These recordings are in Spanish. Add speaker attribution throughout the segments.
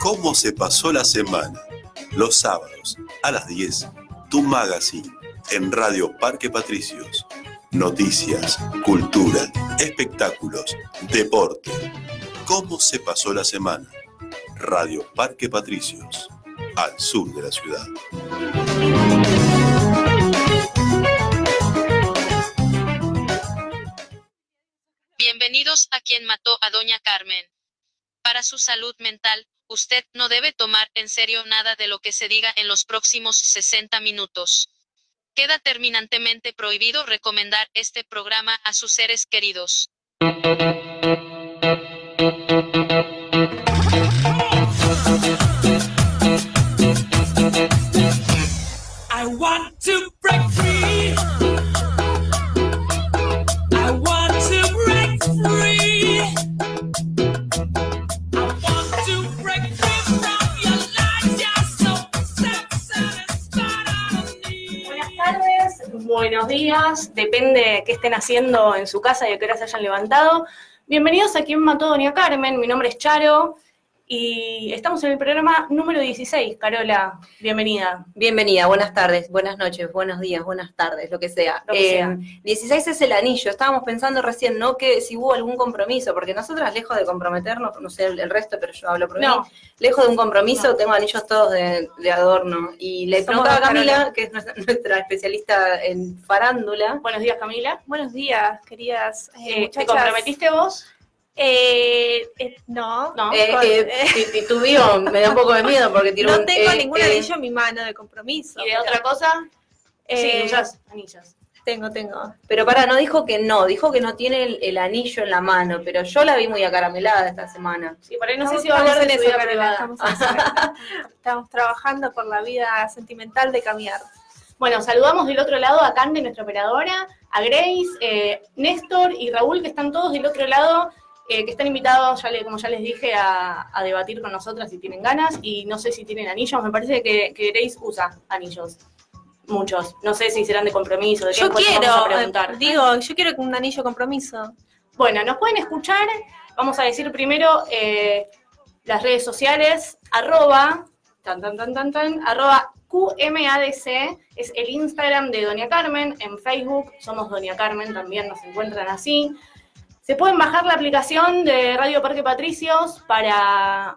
Speaker 1: cómo se pasó la semana. Los sábados a las 10, tu magazine en Radio Parque Patricios. Noticias, cultura, espectáculos, deporte. ¿Cómo se pasó la semana? Radio Parque Patricios, al sur de la ciudad.
Speaker 2: Bienvenidos a quien mató a Doña Carmen. Para su salud mental, usted no debe tomar en serio nada de lo que se diga en los próximos 60 minutos. Queda terminantemente prohibido recomendar este programa a sus seres queridos.
Speaker 3: I want to break free. I want to break free. I want to break free from your lies. You're so self-satisfied. I don't need.
Speaker 4: Buenas tardes, buenos días, depende qué estén haciendo en su casa y a qué hora se hayan levantado. Bienvenidos a Quién Mató a Doña Carmen, mi nombre es Charo y estamos en el programa número 16. Carola, bienvenida.
Speaker 5: Bienvenida, buenas tardes, buenas noches, buenos días, buenas tardes, lo que sea.
Speaker 4: Lo que
Speaker 5: Eh,
Speaker 4: sea.
Speaker 5: 16 es el anillo, estábamos pensando recién, ¿no? Que si hubo algún compromiso, porque nosotras lejos de comprometernos, no sé el, el resto, pero yo hablo por mí,
Speaker 4: No,
Speaker 5: lejos de un compromiso,
Speaker 4: No.
Speaker 5: tengo anillos todos de, de adorno. Y le
Speaker 4: Somos
Speaker 5: preguntaba a
Speaker 4: dos,
Speaker 5: Camila,
Speaker 4: Carola.
Speaker 5: que es nuestra, nuestra especialista en farándula,
Speaker 4: buenos días Camila.
Speaker 6: Buenos días, queridas. eh,
Speaker 4: Eh, ¿Te
Speaker 6: muchachas.
Speaker 4: comprometiste vos?
Speaker 6: Eh, eh, no.
Speaker 4: No.
Speaker 5: eh,
Speaker 6: con-
Speaker 5: eh, ti- titubeó, me da un poco de miedo porque tiró
Speaker 6: No
Speaker 5: un,
Speaker 6: tengo
Speaker 5: eh,
Speaker 6: ningún
Speaker 5: eh,
Speaker 6: anillo en mi mano de compromiso.
Speaker 4: ¿Y de
Speaker 6: pero-
Speaker 4: otra cosa?
Speaker 6: Eh,
Speaker 4: sí, usás anillos.
Speaker 6: Tengo, tengo.
Speaker 5: Pero para, no dijo que no, dijo que no tiene el, el anillo en la mano, pero yo la vi muy acaramelada esta semana.
Speaker 4: Sí, por ahí no,
Speaker 6: Estamos-
Speaker 4: sé si va a
Speaker 6: estamos
Speaker 4: hablar de
Speaker 6: en
Speaker 4: su
Speaker 6: eso,
Speaker 4: vida
Speaker 6: Carola,
Speaker 4: privada.
Speaker 6: estamos en eso, Carola. Estamos trabajando por la vida sentimental de Camiar.
Speaker 4: Bueno, saludamos del otro lado a Cande, nuestra operadora, a Grace, eh, Néstor y Raúl, que están todos del otro lado, eh, que están invitados, ya le- como ya les dije, a, a debatir con nosotras si tienen ganas. Y no sé si tienen anillos, me parece que, que Grace usa anillos. Muchos. No sé si serán de compromiso, de qué,
Speaker 6: Yo
Speaker 4: después les vamos
Speaker 6: quiero,
Speaker 4: a preguntar.
Speaker 6: eh, digo, yo quiero un anillo compromiso.
Speaker 4: Bueno, nos pueden escuchar. Vamos a decir primero eh, las redes sociales, arroba, tan, tan, tan, tan, tan, arroba QMADC, es el Instagram de Doña Carmen, en Facebook somos Doña Carmen, también nos encuentran así. Se pueden bajar la aplicación de Radio Parque Patricios para...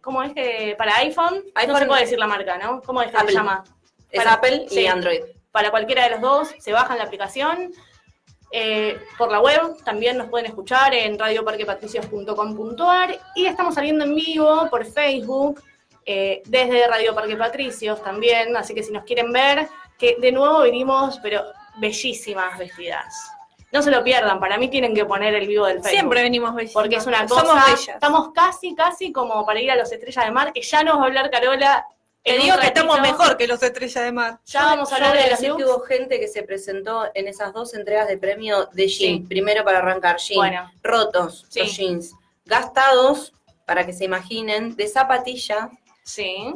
Speaker 4: ¿Cómo es que? Para iPhone. No se
Speaker 5: iPhone.
Speaker 4: puede decir la marca, ¿no? ¿Cómo es que se
Speaker 5: Apple.
Speaker 4: llama?
Speaker 5: Es
Speaker 4: Para-
Speaker 5: Apple
Speaker 4: sí.
Speaker 5: y Android.
Speaker 4: para cualquiera de los dos, se bajan la aplicación. Eh, por la web también nos pueden escuchar en radioparquepatricios.com.ar y estamos saliendo en vivo por Facebook eh, desde Radio Parque Patricios también, así que si nos quieren ver, que de nuevo venimos, pero bellísimas vestidas. No se lo pierdan, para mí tienen que poner el vivo del Facebook.
Speaker 6: Siempre venimos bellas.
Speaker 4: Porque es una cosa,
Speaker 6: Somos bellas.
Speaker 4: estamos casi, casi como para ir a los Estrellas de Mar, que ya nos va a hablar Carola.
Speaker 6: Te
Speaker 4: en un
Speaker 6: digo que
Speaker 4: ratito.
Speaker 6: estamos mejor que los de Estrella de Mar.
Speaker 4: Ya vamos a hablar
Speaker 5: Yo voy
Speaker 4: Ah, de los
Speaker 5: decir que
Speaker 4: looks.
Speaker 5: hubo gente que se presentó en esas dos entregas de premio de jean.
Speaker 4: Sí.
Speaker 5: Primero para arrancar jean.
Speaker 4: Bueno.
Speaker 5: Rotos
Speaker 4: Sí.
Speaker 5: los jeans. Gastados, para que se imaginen, de zapatilla,
Speaker 4: Sí.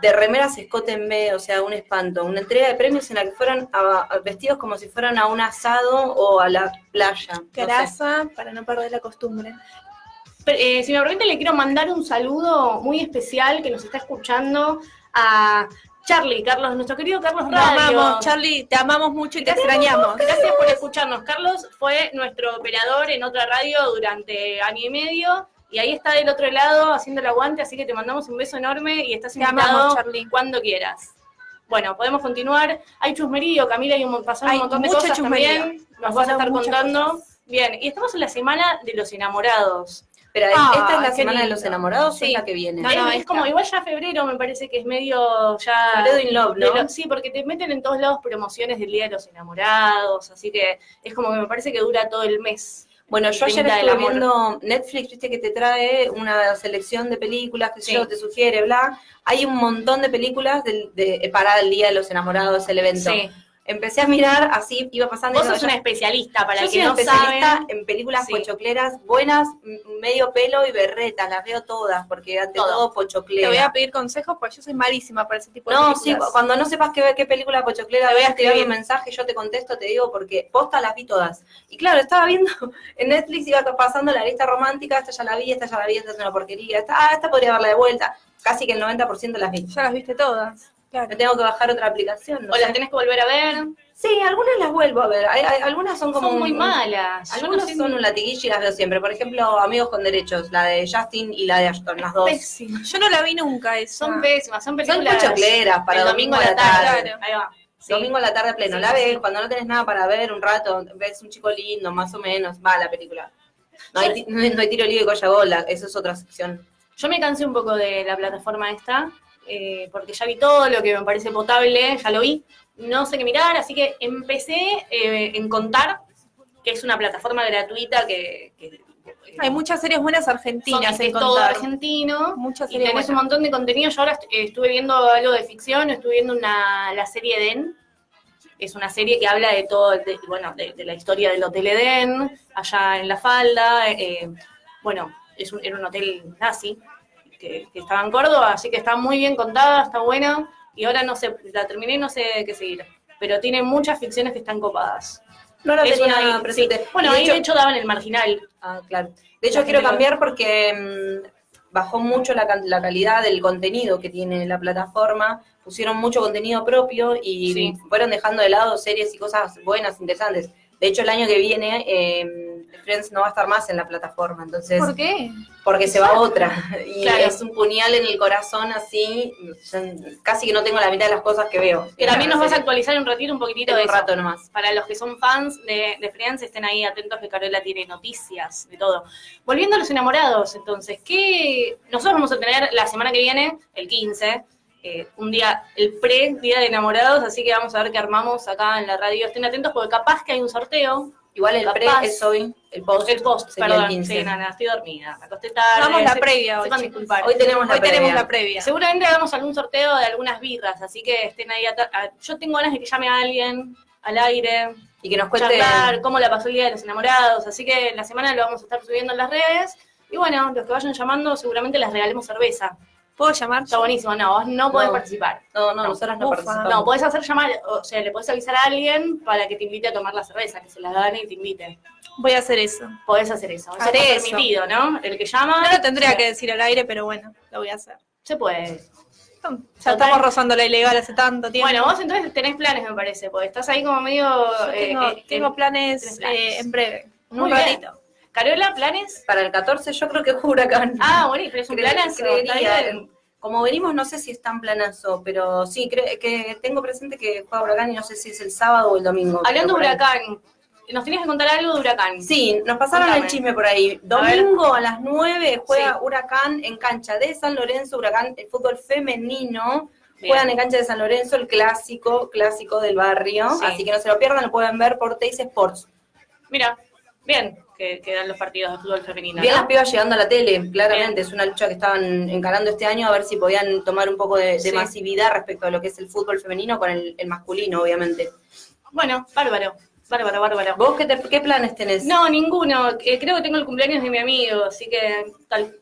Speaker 5: de remeras Scott en B, o sea, un espanto. Una entrega de premios en la que fueron a- a- vestidos como si fueran a un asado o a la playa. no sé.
Speaker 6: Caraza, para no perder la costumbre.
Speaker 4: Pero, eh, si me permite, le quiero mandar un saludo muy especial que nos está escuchando a Charlie, Carlos, nuestro querido Carlos
Speaker 6: Te
Speaker 4: Radio.
Speaker 6: amamos, Charlie, te amamos mucho y te
Speaker 4: Te
Speaker 6: extrañamos.
Speaker 4: Gracias por escucharnos. Carlos fue nuestro operador en otra radio durante año y medio y ahí está del otro lado haciendo el aguante, así que te mandamos un beso enorme y estás
Speaker 6: Te amamos,
Speaker 4: invitado
Speaker 6: Charlie.
Speaker 4: cuando quieras. Bueno, podemos continuar. Hay chusmerío, Camila, hay un, mon- pasaron
Speaker 6: Hay
Speaker 4: un montón de
Speaker 6: mucho
Speaker 4: cosas
Speaker 6: chusmerío.
Speaker 4: también. Nos vas a
Speaker 6: Pasaron
Speaker 4: estar
Speaker 6: muchas
Speaker 4: contando.
Speaker 6: cosas.
Speaker 4: Bien, y estamos en la semana de los enamorados.
Speaker 5: Pero
Speaker 4: Ah,
Speaker 5: esta es la
Speaker 4: qué
Speaker 5: semana de
Speaker 4: lindo.
Speaker 5: los enamorados, o
Speaker 4: Sí.
Speaker 5: es la que viene.
Speaker 6: No,
Speaker 4: es,
Speaker 6: no,
Speaker 4: es
Speaker 6: esta.
Speaker 4: como igual ya febrero me parece que es medio ya.
Speaker 5: Alfredo in Love, ¿no?
Speaker 4: de lo- sí, porque te meten en todos lados promociones del Día de los Enamorados, así que es como que me parece que dura todo el mes.
Speaker 5: Bueno, yo ayer
Speaker 4: Pinta del
Speaker 5: estuve
Speaker 4: amor.
Speaker 5: viendo Netflix, viste que te trae una selección de películas que
Speaker 4: Sí.
Speaker 5: yo te eh, sugiere, bla. Hay un montón de películas del- de- para el Día de los Enamorados, el evento.
Speaker 4: Sí.
Speaker 5: Empecé a mirar así, iba pasando. y
Speaker 4: Vos
Speaker 5: digo,
Speaker 4: sos
Speaker 5: ya
Speaker 4: una especialista, para
Speaker 5: Yo
Speaker 4: el
Speaker 5: soy
Speaker 4: que no
Speaker 5: especialista
Speaker 4: sabe.
Speaker 5: en películas
Speaker 4: Sí.
Speaker 5: pochocleras buenas, m- medio pelo y berretas, las veo todas, porque ante
Speaker 4: Todo.
Speaker 5: todo,
Speaker 6: Te
Speaker 5: pochoclera.
Speaker 6: voy a pedir consejos porque yo soy malísima para ese tipo de
Speaker 5: No, sí,
Speaker 6: películas.
Speaker 5: cu- cuando no sepas qué, qué película pochoclera voy a escribir
Speaker 6: escribir.
Speaker 5: un mensaje, yo te contesto, te digo, porque posta las vi todas. Y claro, estaba viendo en Netflix, iba pasando la lista romántica, esta ya la vi, esta ya la vi, esta es una porquería, esta, ah, esta podría verla de vuelta. Casi que el 90% las vi.
Speaker 6: Ya las viste todas. Claro.
Speaker 5: Me tengo que bajar otra aplicación. no
Speaker 4: O las
Speaker 5: sé.
Speaker 4: tenés que volver a ver.
Speaker 5: Sí, algunas las vuelvo a ver, hay- hay- algunas son como
Speaker 4: son muy
Speaker 5: un- un-
Speaker 4: malas. Yo no
Speaker 5: Algunas
Speaker 4: sé
Speaker 5: son
Speaker 4: ni-
Speaker 5: un latiguillo y las veo siempre. Por ejemplo, Amigos con Derechos, la de Justin y la de Ashton, las dos.
Speaker 4: pésimas.
Speaker 6: Yo no la vi nunca esa.
Speaker 4: Son pésimas, son
Speaker 5: Ah. Son
Speaker 4: películas.
Speaker 5: pochocleras para
Speaker 4: del
Speaker 5: domingo a la tarde.
Speaker 6: tarde.
Speaker 4: Ahí va. Sí.
Speaker 5: Domingo a la tarde pleno.
Speaker 4: Sí,
Speaker 5: la
Speaker 4: sí,
Speaker 5: ves
Speaker 4: sí.
Speaker 5: cuando no tenés nada para ver un rato, ves un chico lindo, más o menos, va la película. No hay, ti- no hay- no hay tiro libre y collabola, eso es otra sección.
Speaker 4: Yo me cansé un poco de la plataforma esta, eh, porque ya vi todo lo que me parece potable, ya lo vi, no sé qué mirar, así que empecé eh, en Contar, que es una plataforma gratuita que, que, eh,
Speaker 6: Hay muchas series buenas
Speaker 4: son-
Speaker 6: argentinas.
Speaker 4: que
Speaker 6: en
Speaker 4: es todo
Speaker 6: contar.
Speaker 4: argentino.
Speaker 6: Muchas
Speaker 4: Y
Speaker 6: series
Speaker 4: tenés un
Speaker 6: buenas.
Speaker 4: montón de contenido. Yo ahora est- eh, estuve viendo algo de ficción, estuve viendo una, la serie Edén. Es una serie que habla de todo, de- bueno, de, de la historia del Hotel Edén, allá en La Falda. eh, bueno, es un, era un hotel nazi que, que estaba en Córdoba, así que está muy bien contada, está buena. Y ahora no sé, la terminé y no sé qué seguir. Pero tiene muchas ficciones que están copadas.
Speaker 5: No la
Speaker 4: Es
Speaker 5: tenía
Speaker 4: una-
Speaker 5: presente.
Speaker 4: sí. Bueno,
Speaker 5: Y de
Speaker 4: ahí
Speaker 5: hecho-
Speaker 4: de hecho daban el marginal.
Speaker 5: Ah, claro. De hecho,
Speaker 4: La
Speaker 5: quiero
Speaker 4: gente lo-
Speaker 5: cambiar porque mm, bajó mucho la, can- la calidad del contenido que tiene la plataforma. Pusieron mucho contenido propio y
Speaker 4: Sí.
Speaker 5: fueron dejando de lado series y cosas buenas, interesantes. De hecho, el año que viene, eh, Friends no va a estar más en la plataforma, entonces,
Speaker 6: ¿Por qué?
Speaker 5: porque se va otra. Y
Speaker 4: Claro.
Speaker 5: es un puñal en el corazón, así, ya casi que no tengo la mitad de las cosas que veo.
Speaker 4: Que también nos vas a
Speaker 5: Series.
Speaker 4: actualizar un ratito un poquitito de
Speaker 5: un
Speaker 4: eso.
Speaker 5: rato nomás.
Speaker 4: Para los que son fans de, de Friends, estén ahí atentos que Carola tiene noticias de todo. Volviendo a los enamorados, entonces, ¿qué? Nosotros vamos a tener la semana que viene, el 15, eh, un día, el pre-día de enamorados, así que vamos a ver qué armamos acá en la radio. Estén atentos porque capaz que hay un sorteo.
Speaker 5: Igual el pre
Speaker 4: Capaz.
Speaker 5: es hoy, el post.
Speaker 4: el post,
Speaker 5: sería
Speaker 4: perdón.
Speaker 5: el 15.
Speaker 4: Sí, nada, estoy dormida. Me acosté tarde.
Speaker 6: Hagamos la
Speaker 4: se-
Speaker 6: previa hoy.
Speaker 4: sepan
Speaker 6: chicos.
Speaker 4: disculpar.
Speaker 5: Hoy tenemos la
Speaker 6: Hoy tenemos
Speaker 5: previa.
Speaker 6: la previa.
Speaker 4: Seguramente hagamos algún sorteo de algunas birras, así que estén ahí. ata- a- Yo tengo ganas de que llame a alguien al aire.
Speaker 5: Y que nos
Speaker 6: Pues,
Speaker 5: cuente...
Speaker 6: eh,
Speaker 4: charlar, cómo la pasó el día de los enamorados. Así que la semana lo vamos a estar subiendo en las redes. Y bueno, los que vayan llamando, seguramente les regalemos cerveza.
Speaker 6: ¿Puedo llamar?
Speaker 4: Está buenísimo, no, vos no podés
Speaker 5: No.
Speaker 4: participar.
Speaker 5: No, no, nosotras no
Speaker 6: Ufa.
Speaker 5: participamos.
Speaker 4: No, podés hacer llamar, o sea, le podés avisar a alguien para que te invite a tomar la cerveza, que se la gane y te invite.
Speaker 6: Voy a hacer eso.
Speaker 4: Podés hacer eso. Eso
Speaker 6: Haré
Speaker 4: está
Speaker 6: eso.
Speaker 4: permitido, ¿no? El que llama.
Speaker 6: No lo tendría
Speaker 4: se-
Speaker 6: que decir al aire, pero bueno, lo voy a hacer.
Speaker 4: Se puede.
Speaker 6: Tom, Ya
Speaker 4: Total.
Speaker 6: estamos rozando la ilegal hace tanto tiempo.
Speaker 4: Bueno, vos entonces tenés planes, me parece, porque estás ahí como medio.
Speaker 6: Yo
Speaker 4: eh,
Speaker 6: tengo,
Speaker 4: eh,
Speaker 6: tengo
Speaker 4: en-
Speaker 6: planes,
Speaker 4: tenés planes.
Speaker 6: eh, en breve. En
Speaker 4: Muy
Speaker 6: un
Speaker 4: bien.
Speaker 6: ratito.
Speaker 4: Carola, planes.
Speaker 5: Para el 14 yo creo que es huracán.
Speaker 4: Ah, bueno, pero es un
Speaker 5: Cre-
Speaker 4: planazo. está
Speaker 5: creería.
Speaker 4: bien.
Speaker 5: Como venimos, no sé si es tan planazo, pero sí, cre- que tengo presente que juega huracán y no sé si es el sábado o el domingo.
Speaker 4: Hablando de
Speaker 5: Pero por ahí.
Speaker 4: huracán, nos tenías que contar algo de huracán.
Speaker 5: Sí, nos pasaron
Speaker 4: Contame.
Speaker 5: el chisme por ahí.
Speaker 4: ver.
Speaker 5: Domingo a, las 9 juega
Speaker 4: Sí.
Speaker 5: Huracán en cancha de San Lorenzo, Huracán, el fútbol femenino.
Speaker 4: Bien.
Speaker 5: Juegan en cancha de San Lorenzo, el clásico, clásico del barrio.
Speaker 4: Sí.
Speaker 5: Así que no se lo pierdan, lo pueden ver por Teis Sports.
Speaker 4: Mira, bien que, que dan los partidos de fútbol femenino.
Speaker 5: Bien
Speaker 4: ¿no?
Speaker 5: las pibas llegando a la tele, claramente, es una lucha que estaban encarando este año a ver si podían tomar un poco de, de
Speaker 4: Sí.
Speaker 5: masividad respecto a lo que es el fútbol femenino con el, el masculino, obviamente.
Speaker 4: Bueno, bárbaro, bárbaro, bárbaro.
Speaker 5: ¿Vos qué, te- qué planes tenés?
Speaker 4: No, ninguno. Eh, creo que tengo el cumpleaños de mi amigo, así que tal.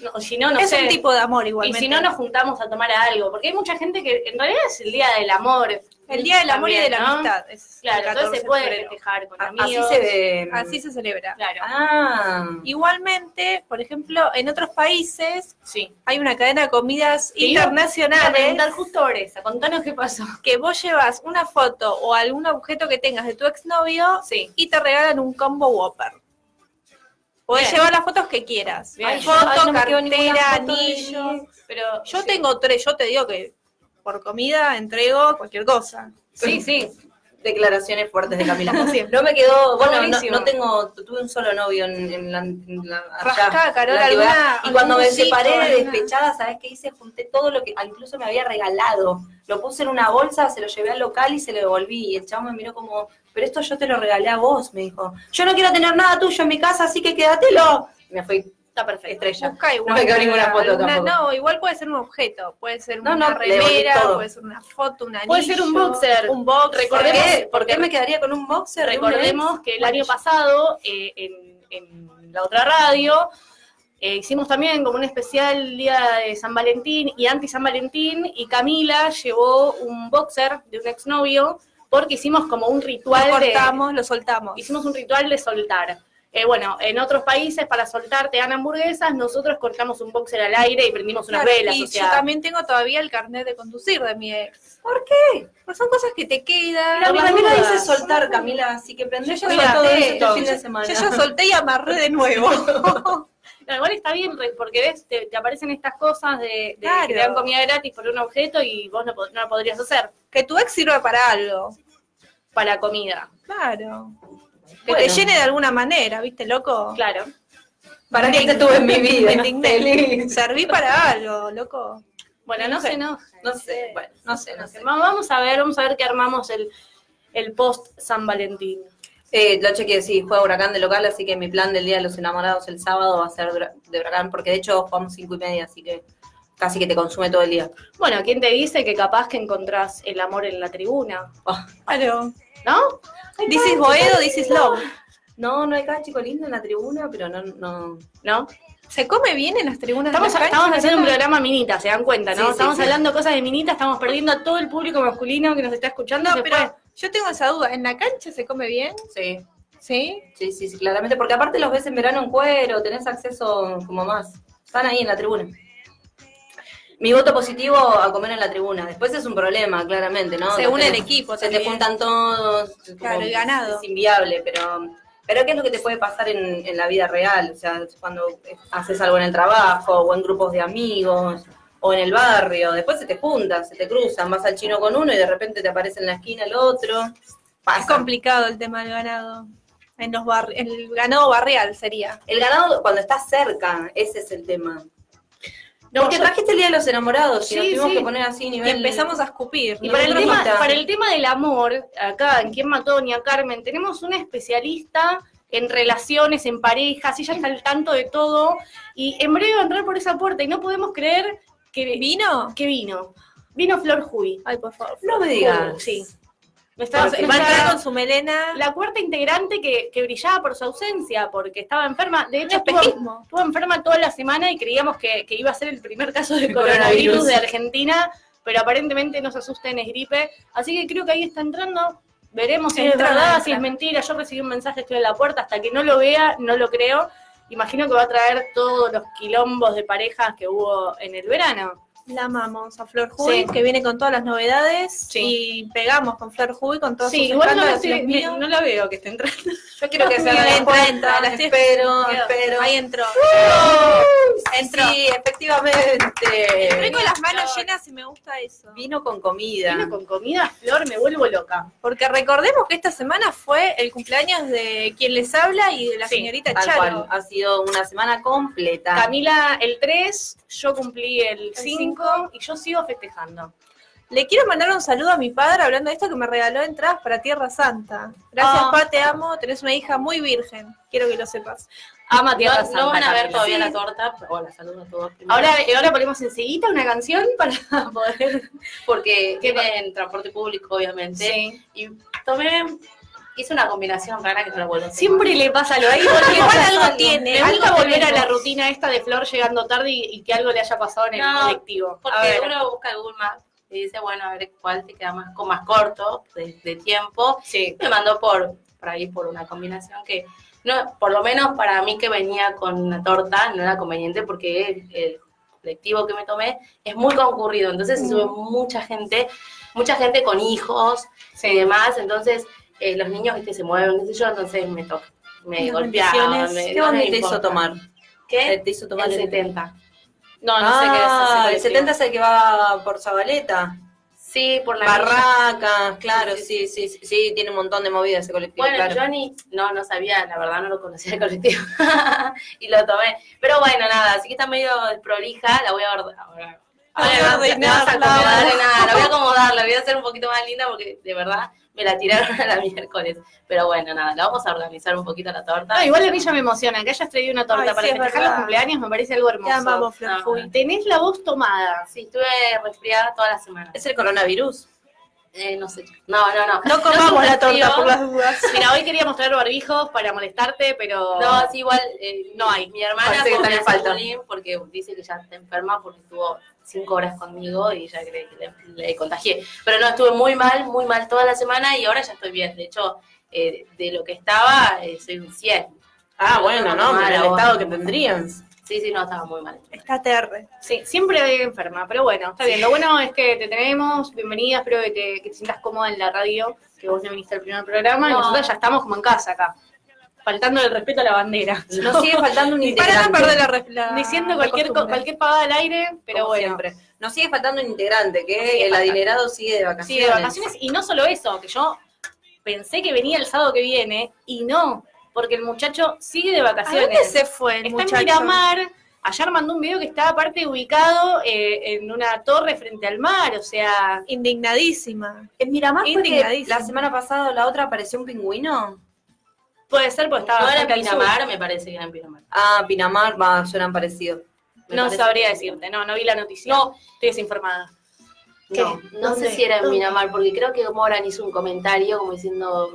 Speaker 4: no, si no, no
Speaker 6: es
Speaker 4: sé.
Speaker 6: un tipo de amor
Speaker 4: y
Speaker 6: igualmente.
Speaker 4: si no, nos juntamos a tomar algo. Porque hay mucha gente que en realidad es el día del amor.
Speaker 6: El Día del Amor y de
Speaker 4: También,
Speaker 6: la
Speaker 4: ¿no?
Speaker 6: Amistad. es el
Speaker 4: Claro,
Speaker 6: 14
Speaker 4: entonces
Speaker 6: de
Speaker 4: se puede
Speaker 6: febrero.
Speaker 4: festejar con
Speaker 5: A- Así
Speaker 4: amigos.
Speaker 5: se ve.
Speaker 6: Así se celebra.
Speaker 4: Claro,
Speaker 5: Ah.
Speaker 6: Igualmente, por ejemplo, en otros países
Speaker 4: sí.
Speaker 6: hay una cadena de comidas
Speaker 4: Te iba- Para
Speaker 6: internacionales
Speaker 4: preguntar justo ahora esa, contanos qué pasó.
Speaker 6: que vos llevas una foto o algún objeto que tengas de tu exnovio
Speaker 4: Sí.
Speaker 6: y te regalan un combo Whopper. Podés
Speaker 4: Bien.
Speaker 6: llevar las fotos que quieras.
Speaker 4: Bien.
Speaker 6: Hay
Speaker 4: Ay,
Speaker 6: foto,
Speaker 5: ay, no me quedó ninguna
Speaker 6: cartera,
Speaker 5: foto de
Speaker 6: anillo.
Speaker 5: mí.
Speaker 4: Pero
Speaker 6: Yo
Speaker 4: sí.
Speaker 6: tengo tres, yo te digo que por comida entrego cualquier cosa.
Speaker 4: Sí, sí.
Speaker 5: Declaraciones fuertes de Camila.
Speaker 6: Como siempre.
Speaker 5: No me quedó, bueno, no,
Speaker 4: buenísimo.
Speaker 5: no tengo, tu- tuve un solo novio en, en la, en la- allá,
Speaker 6: Rascá, Carola,
Speaker 5: en la ciudad.
Speaker 6: alguna-
Speaker 5: y cuando
Speaker 6: algún
Speaker 5: me
Speaker 6: chico,
Speaker 5: separé de
Speaker 6: alguna-
Speaker 5: despechada, ¿sabes qué hice? Junté todo lo que ah, incluso me había regalado. Lo puse en una bolsa, se lo llevé al local y se lo devolví. Y el chavo me miró como, pero esto yo te lo regalé a vos, me dijo. Yo no quiero tener nada tuyo en mi casa, así que quédatelo. Me fui.
Speaker 4: Está perfecto.
Speaker 5: estrella.
Speaker 6: Busca igual.
Speaker 5: me quedó ninguna foto
Speaker 6: una-
Speaker 5: tampoco.
Speaker 6: No, igual puede ser un objeto, puede ser
Speaker 5: No,
Speaker 6: una
Speaker 5: no, le devolví
Speaker 6: remera,
Speaker 5: todo.
Speaker 6: puede ser una foto, un anillo.
Speaker 4: Puede ser un boxer.
Speaker 6: Un boxer.
Speaker 5: ¿Por
Speaker 4: Recordemos-
Speaker 5: qué? ¿Por qué
Speaker 4: porque-
Speaker 5: me quedaría con un boxer? de un
Speaker 4: Recordemos
Speaker 5: ex?
Speaker 4: que el año pasado, eh, en, en la otra radio, eh, hicimos también como un especial día de San Valentín y anti San Valentín, y Camila llevó un boxer de un exnovio porque hicimos como un
Speaker 6: Lo
Speaker 4: ritual de,
Speaker 6: cortamos, lo soltamos.
Speaker 4: hicimos un ritual de soltar. Eh, bueno, en otros países para soltar te dan hamburguesas, nosotros cortamos un boxer al aire y prendimos unas
Speaker 6: Claro,
Speaker 4: velas,
Speaker 6: y
Speaker 4: o sea,
Speaker 6: yo también tengo todavía el carnet de conducir de mi ex.
Speaker 5: ¿Por qué?
Speaker 6: Pues son cosas que te quedan.
Speaker 5: Pero
Speaker 4: Por las
Speaker 5: Camila dice
Speaker 4: dudas.
Speaker 5: soltar, Camila, así que prende
Speaker 6: Yo ya
Speaker 5: fuego todo
Speaker 6: solté,
Speaker 5: eso este
Speaker 6: yo
Speaker 5: fin
Speaker 6: ya-
Speaker 5: de semana.
Speaker 6: Yo ya solté y amarré de nuevo.
Speaker 4: No, igual está bien, re- porque ves, te, te aparecen estas cosas de, de
Speaker 6: Claro.
Speaker 4: que te dan comida gratis por un objeto y vos no, pod- no lo podrías hacer
Speaker 6: que tu ex sirva para algo.
Speaker 4: para comida.
Speaker 6: Claro. Que te
Speaker 4: Bueno.
Speaker 6: llene de alguna manera, ¿viste, loco?
Speaker 4: Claro.
Speaker 5: ¿Para qué te tuve en mi vida?
Speaker 6: Me indigné.
Speaker 5: Feliz.
Speaker 6: Serví para algo, loco.
Speaker 4: Bueno, no
Speaker 5: No sé.
Speaker 4: sé, no.
Speaker 5: No sé, bueno, no sé, no sé.
Speaker 4: Vamos a ver, vamos a ver qué armamos el, el post San Valentín.
Speaker 5: Eh, lo chequeé, sí, juega Huracán de local, así que mi plan del Día de los Enamorados el sábado va a ser dura- de Huracán, porque de hecho jugamos cinco y media, así que casi que te consume todo el día.
Speaker 4: Bueno, ¿quién te dice que capaz que encontrás el amor en la tribuna?
Speaker 6: Claro.
Speaker 4: ¿No?
Speaker 6: This is Boedo, this is love.
Speaker 5: No, no hay cada chico lindo en la tribuna, pero no, no.
Speaker 4: ¿No?
Speaker 6: ¿Se come bien en las tribunas
Speaker 4: Estamos,
Speaker 6: de la
Speaker 4: estamos
Speaker 6: cancha,
Speaker 4: haciendo un
Speaker 6: Mariana?
Speaker 4: programa minita, se dan cuenta, ¿no?
Speaker 5: Sí, sí,
Speaker 4: estamos
Speaker 5: sí.
Speaker 4: hablando cosas de minita, estamos perdiendo a todo el público masculino que nos está escuchando.
Speaker 6: No,
Speaker 4: se
Speaker 6: pero
Speaker 4: fue.
Speaker 6: yo tengo esa duda. ¿En la cancha se come bien?
Speaker 5: Sí,
Speaker 6: ¿Sí?
Speaker 5: sí, sí, sí, claramente, porque aparte los ves en verano en cuero, tenés acceso como más. Están ahí en la tribuna. Mi voto positivo a comer en la tribuna. Después es un problema, claramente, ¿no?
Speaker 6: se
Speaker 5: No
Speaker 6: une el
Speaker 5: tenés-
Speaker 6: equipo.
Speaker 5: se te
Speaker 6: Pues
Speaker 5: juntan
Speaker 6: también.
Speaker 5: todos.
Speaker 6: Claro,
Speaker 5: como
Speaker 6: el ganado.
Speaker 5: Es inviable, pero, pero ¿qué es lo que te puede pasar en, en la vida real? O sea, cuando haces algo en el trabajo, o en grupos de amigos, o en el barrio, después se te juntan, se te cruzan, vas al chino con uno y de repente te aparece en la esquina el otro.
Speaker 6: Es
Speaker 5: Pasa.
Speaker 6: complicado el tema del ganado. En los bar- el ganado barrial sería.
Speaker 5: El ganado cuando está cerca, ese es el tema.
Speaker 4: No,
Speaker 5: Porque
Speaker 4: yo-
Speaker 5: trajiste el día de los enamorados y nos
Speaker 4: Sí,
Speaker 5: tuvimos
Speaker 4: sí.
Speaker 5: que poner así
Speaker 6: Y
Speaker 5: nivel.
Speaker 6: empezamos a escupir.
Speaker 4: Y para el,
Speaker 5: Nosotros
Speaker 4: tema,
Speaker 5: no estamos.
Speaker 4: para el tema del amor, acá en Quién mató a Doña Carmen, tenemos una especialista en relaciones, en parejas, ella está al tanto de todo, y en breve va a entrar por esa puerta, y no podemos creer que,
Speaker 6: ¿Vino?
Speaker 4: que vino. Vino Flor Juy.
Speaker 6: Ay, por favor.
Speaker 5: No me digas.
Speaker 4: Sí. Nuestra-
Speaker 6: Estaba- va a
Speaker 4: nuestra-
Speaker 6: entrar con su melena.
Speaker 4: la cuarta integrante que, que brillaba por su ausencia, porque estaba enferma, de hecho estuvo,
Speaker 6: espejismo.
Speaker 4: estuvo enferma toda la semana y creíamos que, que iba a ser el primer caso de
Speaker 5: coronavirus.
Speaker 4: coronavirus de Argentina, pero aparentemente no se asusten, es gripe. Así que creo que ahí está entrando. Veremos si es
Speaker 6: Entra,
Speaker 4: verdad,
Speaker 6: entra.
Speaker 4: si es mentira. Yo recibí un mensaje, estoy en la puerta, hasta que no lo vea, no lo creo. Imagino que va a traer todos los quilombos de parejas que hubo en el verano.
Speaker 6: La amamos a Flor Juy,
Speaker 4: Sí.
Speaker 6: que viene con todas las novedades.
Speaker 4: Sí.
Speaker 6: Y pegamos con Flor Juy, con todos
Speaker 4: Sí,
Speaker 6: sus
Speaker 4: igual no, la
Speaker 6: escándalos y los
Speaker 4: estoy-
Speaker 6: míos.
Speaker 4: no la veo que esté entrando.
Speaker 5: Yo quiero que se
Speaker 6: Entra,
Speaker 5: hagan
Speaker 6: entra,
Speaker 5: cuenta,
Speaker 6: la estoy-
Speaker 5: espero,
Speaker 6: Quedó.
Speaker 5: espero.
Speaker 6: Ahí entró. Entró.
Speaker 5: Sí,
Speaker 6: Entré
Speaker 5: efectivamente.
Speaker 6: con las manos llenas y me gusta eso.
Speaker 5: Vino con comida.
Speaker 4: Vino con comida, Flor, me vuelvo loca.
Speaker 6: Porque recordemos que esta semana fue el cumpleaños de quien les habla y de la
Speaker 4: Sí,
Speaker 6: señorita
Speaker 5: Tal
Speaker 6: Charo.
Speaker 5: cual, ha sido una semana completa.
Speaker 6: Ah.
Speaker 4: Camila el 3, yo cumplí el 5
Speaker 6: cinco.
Speaker 4: y yo sigo festejando.
Speaker 6: Le quiero mandar un saludo a mi padre hablando de esto que me regaló entradas para Tierra Santa. Gracias,
Speaker 4: Ah.
Speaker 6: pa, te amo. Tenés una hija muy virgen. Quiero que lo sepas.
Speaker 4: Ama Tierra
Speaker 5: no,
Speaker 4: Santa.
Speaker 5: no van a ver
Speaker 4: Camila.
Speaker 5: todavía
Speaker 6: Sí.
Speaker 5: la torta. pero Hola, saludos a todos. primero.
Speaker 4: Ahora, ahora ponemos enseguida una canción para poder.
Speaker 7: porque
Speaker 4: ¿Qué
Speaker 7: viene en transporte público, obviamente.
Speaker 4: Sí.
Speaker 7: Y tomé, hice una combinación rara que no la vuelvo a hacer
Speaker 4: Siempre le pasa lo ahí.
Speaker 6: Porque igual
Speaker 5: algo
Speaker 6: algo tiene.
Speaker 4: Me gusta
Speaker 6: algo
Speaker 4: volver a
Speaker 6: tenemos.
Speaker 4: la rutina esta de Flor llegando tarde y, y que algo le haya pasado en el
Speaker 7: No,
Speaker 4: colectivo.
Speaker 7: más.
Speaker 4: A
Speaker 7: Porque
Speaker 4: ver.
Speaker 7: uno busca Google Maps y dice, bueno, a ver cuál te queda más, con más corto de, de tiempo.
Speaker 4: Sí.
Speaker 7: Me mandó por, por ahí por una combinación que, no, por lo menos para mí que venía con una torta, no era conveniente porque el, el colectivo que me tomé es muy concurrido. Entonces
Speaker 5: Mm.
Speaker 7: se sube mucha gente, mucha gente con hijos, y
Speaker 4: sí.
Speaker 7: demás, entonces eh, los niños viste, se mueven, qué sé yo, entonces me toca, me
Speaker 6: Las
Speaker 7: golpeaba,
Speaker 6: bendiciones.
Speaker 7: me,
Speaker 5: ¿Qué
Speaker 7: no
Speaker 5: onda
Speaker 7: me
Speaker 5: te hizo
Speaker 7: importa.
Speaker 5: tomar? Eh,
Speaker 7: ¿Qué?
Speaker 5: Te hizo tomar
Speaker 7: El 70.
Speaker 4: No, no
Speaker 5: Ah,
Speaker 4: sé qué es.
Speaker 5: el 70 es el que va por Zabaleta.
Speaker 7: Sí, por la milla.
Speaker 5: Barracas, claro,
Speaker 7: Sí,
Speaker 5: sí, sí, sí, sí, tiene un montón de movidas ese colectivo,
Speaker 7: Bueno,
Speaker 5: claro.
Speaker 7: yo ni, no, no sabía, la verdad no lo conocía el colectivo y lo tomé. Pero bueno, nada, así que está medio desprolija, la voy a abord- a
Speaker 4: Ah,
Speaker 7: Ahora
Speaker 6: Ahora
Speaker 7: me vas a- me vas a
Speaker 6: ordenarla.
Speaker 7: acomodar de nada, la voy a acomodar, la voy a hacer un poquito más linda porque de verdad me la tiraron a la miércoles. Pero bueno, nada, la vamos a organizar un poquito la torta.
Speaker 4: No, Ah, igual a mí ya me emociona. Que hayas traído una torta
Speaker 6: Ay,
Speaker 4: para
Speaker 6: sí, es
Speaker 4: festejar
Speaker 6: verdad.
Speaker 4: los cumpleaños me parece algo hermoso.
Speaker 6: Te amamos, Flor.
Speaker 7: No,
Speaker 6: Juli.
Speaker 4: Tenés la voz tomada.
Speaker 7: Sí, estuve resfriada toda la semana.
Speaker 5: Es el coronavirus.
Speaker 7: Eh, no sé. No, no, no.
Speaker 6: No comamos la torta
Speaker 7: sufrió.
Speaker 6: por las dudas.
Speaker 4: Mira, hoy quería mostrar barbijos para molestarte, pero.
Speaker 7: No, sí, igual eh,
Speaker 4: No hay.
Speaker 7: Mi hermana
Speaker 5: Parece que
Speaker 7: como
Speaker 5: también
Speaker 7: me hace
Speaker 5: falta.
Speaker 7: bullying porque dice que ya está enferma porque estuvo cinco horas conmigo y ya cree que le, le contagié. Pero no, estuve muy mal, muy mal toda la semana y ahora ya estoy bien. De hecho, eh, de lo que estaba, eh, soy un 100.
Speaker 5: Ah, bueno, no,
Speaker 7: Mala
Speaker 5: mira el
Speaker 7: onda.
Speaker 5: estado que tendrían.
Speaker 7: Sí, sí, no, estaba muy mal.
Speaker 6: Está terre.
Speaker 4: Sí, siempre enferma, pero bueno, está bien. Lo bueno es que te tenemos, bienvenida, espero que te, que te sientas cómoda en la radio, que vos no viniste al primer programa, y
Speaker 7: No.
Speaker 4: nosotros ya estamos como en casa acá, faltando el respeto a la bandera.
Speaker 5: Nos sigue faltando un
Speaker 6: Y para no
Speaker 5: integrante.
Speaker 6: perder la, ref- la-
Speaker 4: Diciendo
Speaker 6: la
Speaker 4: cualquier, co-
Speaker 6: costumbre.
Speaker 4: cualquier pagada al aire, pero
Speaker 5: Como
Speaker 4: bueno.
Speaker 5: siempre. Nos sigue faltando un integrante, que
Speaker 4: sigue
Speaker 5: el
Speaker 4: faltando.
Speaker 5: adinerado sigue de vacaciones.
Speaker 4: Sí, de vacaciones. Y no solo eso, que yo pensé que venía el sábado que viene, y no, porque el muchacho sigue de
Speaker 6: ¿A
Speaker 4: vacaciones.
Speaker 6: dónde se fue el
Speaker 4: Está
Speaker 6: muchacho?
Speaker 4: en Miramar. Ayer mandó un video que estaba aparte ubicado eh, en una torre frente al mar, o sea,
Speaker 6: Indignadísima.
Speaker 5: En Miramar Ah, fue que
Speaker 6: Indignadísimo.
Speaker 5: la semana pasada o la otra apareció un pingüino.
Speaker 4: puede ser porque estaba
Speaker 7: No era en
Speaker 4: cerca del sur.
Speaker 7: Pinamar, me parece que era en Pinamar.
Speaker 5: Ah, Pinamar, va, suenan parecidos.
Speaker 7: Me
Speaker 4: No
Speaker 7: parece
Speaker 4: sabría
Speaker 7: que-
Speaker 4: decirte, no, no vi la noticia.
Speaker 7: No,
Speaker 4: Estoy desinformada. ¿Qué?
Speaker 7: no, no
Speaker 4: ¿Dónde?
Speaker 7: sé si era en
Speaker 4: ¿Dónde?
Speaker 7: Minamar, porque creo que Moran hizo un comentario como diciendo,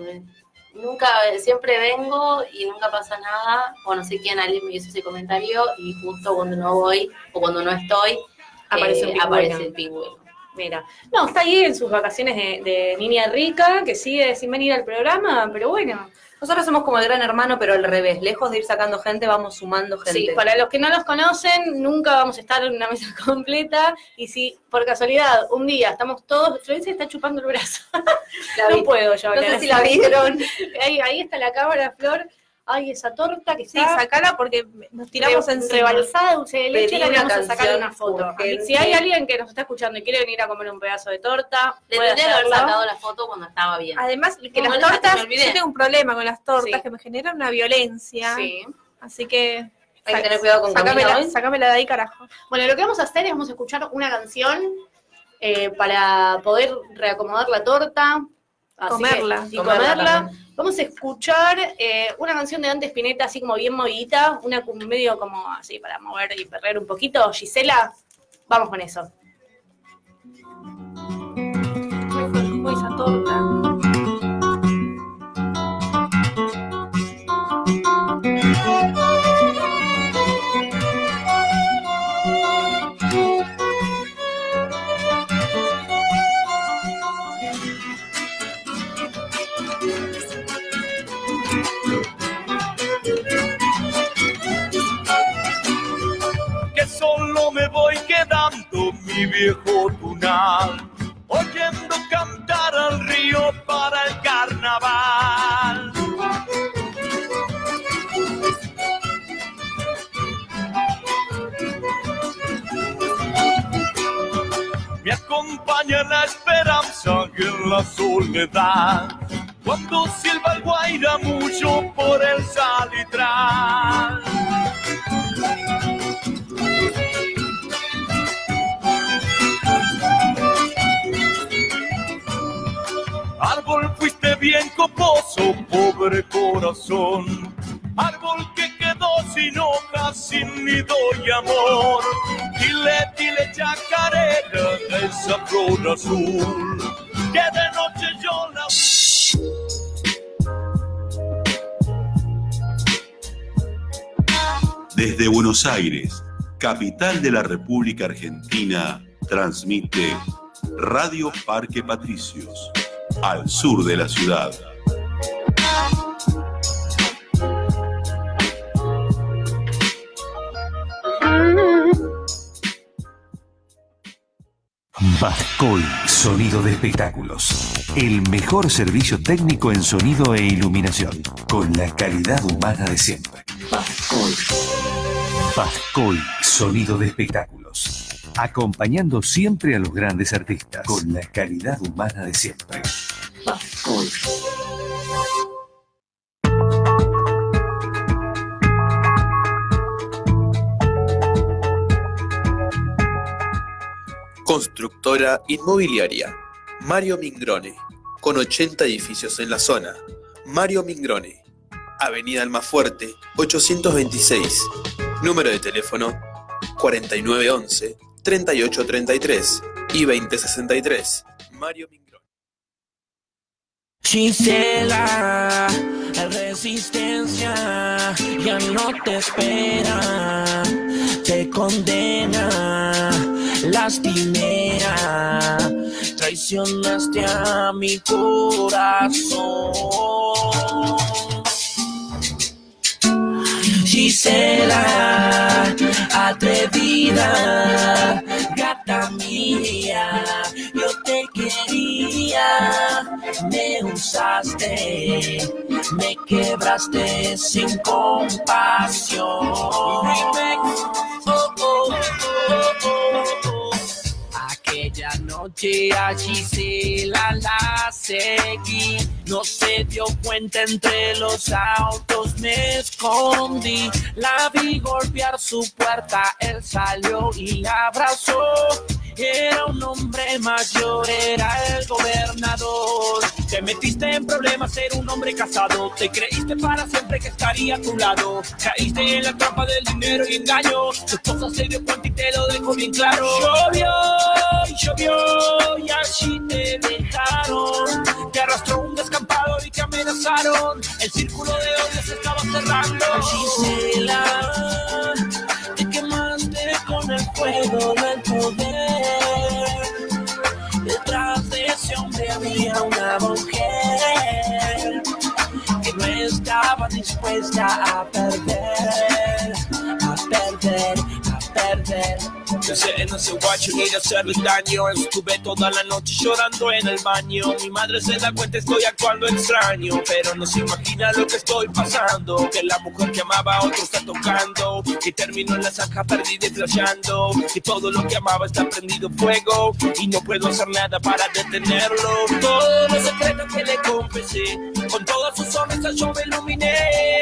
Speaker 7: nunca, siempre vengo y nunca pasa nada, o no sé quién, alguien me hizo ese comentario y justo cuando no voy o cuando no estoy,
Speaker 4: Aparece un
Speaker 7: eh,
Speaker 4: pingüino.
Speaker 7: aparece el pingüino.
Speaker 4: Mira, no, está ahí en sus vacaciones de, de niña rica, que sigue sin venir al programa, pero bueno.
Speaker 5: Nosotros somos como el gran hermano, pero al revés. Lejos de ir sacando gente, vamos sumando gente.
Speaker 4: Sí, para los que no los conocen, nunca vamos a estar en una mesa completa. Y si por casualidad un día estamos todos, Florencia está chupando el brazo.
Speaker 5: La
Speaker 4: no
Speaker 5: vi.
Speaker 4: puedo yo
Speaker 5: No
Speaker 4: hablar
Speaker 5: sé
Speaker 4: así.
Speaker 5: si la vieron.
Speaker 4: Ahí, ahí está la cámara, Flor. Ay, esa torta que
Speaker 6: Sí,
Speaker 4: está
Speaker 6: sacala porque nos tiramos
Speaker 4: re-
Speaker 6: encima.
Speaker 4: rebalsada de dulce de leche,
Speaker 5: Pedí
Speaker 4: la
Speaker 5: una
Speaker 4: vamos a sacar
Speaker 5: canción
Speaker 4: una foto.
Speaker 5: urgente.
Speaker 4: Si hay alguien que nos está escuchando y quiere venir a comer un pedazo de torta,
Speaker 7: Le
Speaker 4: puede
Speaker 7: tendría que haber
Speaker 4: hacerlo.
Speaker 7: sacado la foto cuando estaba bien.
Speaker 6: Además, que
Speaker 7: No,
Speaker 6: las
Speaker 7: no, me
Speaker 6: tortas,
Speaker 7: olvidé.
Speaker 6: yo tengo un problema con las tortas
Speaker 4: Sí.
Speaker 6: que me generan una violencia.
Speaker 4: Sí.
Speaker 6: Así que
Speaker 5: Hay que tener cuidado con Camila
Speaker 6: sácamela,
Speaker 5: hoy.
Speaker 6: sácamela de ahí, carajo.
Speaker 4: Bueno, lo que vamos a hacer es vamos a escuchar una canción eh, para poder reacomodar la torta. así
Speaker 6: Comerla.
Speaker 4: que- y
Speaker 5: Comerla
Speaker 4: comerla.
Speaker 5: también.
Speaker 4: Vamos a escuchar eh, una canción de Dante Spinetta, así como bien movidita, una cum- medio como así para mover y perrear un poquito. Gisela, vamos con eso.
Speaker 6: Uy, esa torta.
Speaker 8: que solo me voy quedando mi viejo tunal, oyendo cantar al río para el carnaval. Me acompaña la esperanza y en la soledad, cuando silba el guaira mucho por el salitral. Árbol fuiste bien coposo, pobre corazón. Árbol que quedó sin hojas, sin nido y amor. Dile, dile chacarera de esa flor azul. Que de noche yo la...
Speaker 1: Desde Buenos Aires, capital de la República Argentina, transmite Radio Parque Patricios, al sur de la ciudad.
Speaker 9: Vascoy Sonido de Espectáculos. El mejor servicio técnico en sonido e iluminación, con la calidad humana de siempre. Vascoy. Vascoy Sonido de Espectáculos. Acompañando siempre a los grandes artistas, con la calidad humana de siempre. Vascoy.
Speaker 10: Constructora inmobiliaria. Mario Mingrone. Con 80 edificios en la zona. Mario Mingrone. Avenida Almafuerte, 826. Número de teléfono 4911-3833 y 2063. Mario Mingrone.
Speaker 3: Chisela, resistencia, ya no te espera, te condena, lastimera, traicionaste a mi corazón. Gisela, atrevida, gata mía, yo te quería, me usaste, me quebraste sin compasión. Oh, oh, oh, oh, oh. Aquella noche a Gisela la seguí, no se dio cuenta entre los autos, me escondí, la vi golpear su puerta, él salió y la abrazó. Era un hombre mayor, era el gobernador. Te metiste en problemas, era un hombre casado. Te creíste para siempre que estaría a tu lado. Caíste en la trampa del dinero y engaño. Tu esposa se dio cuenta y te lo dejó bien claro. Llovió, llovió y así te dejaron. Te arrastró un descampado y te amenazaron. El círculo de odio se estaba cerrando. Gisela, te quemaste con el fuego del poder. Detrás de ese hombre había una mujer que no estaba dispuesta a perder, a perder, a perder. Yo sé, no sé, guacho, ni de hacerle daño. Estuve toda la noche llorando en el baño. Mi madre se da cuenta, estoy actuando extraño. Pero no se imagina lo que estoy pasando. Que la mujer que amaba a otro está tocando. Y termino en la zanja perdida y flasheando. Y todo lo que amaba está prendido fuego. Y no puedo hacer nada para detenerlo. Todos los secretos que le confesé. Con todas sus sonrisas yo me iluminé.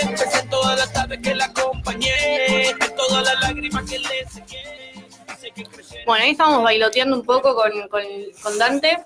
Speaker 3: Pensé en todas las tardes que la acompañé. En todas las lágrimas que le sequé. Hice que creyera-
Speaker 4: Bueno, ahí estamos bailoteando un poco con, con, con Dante.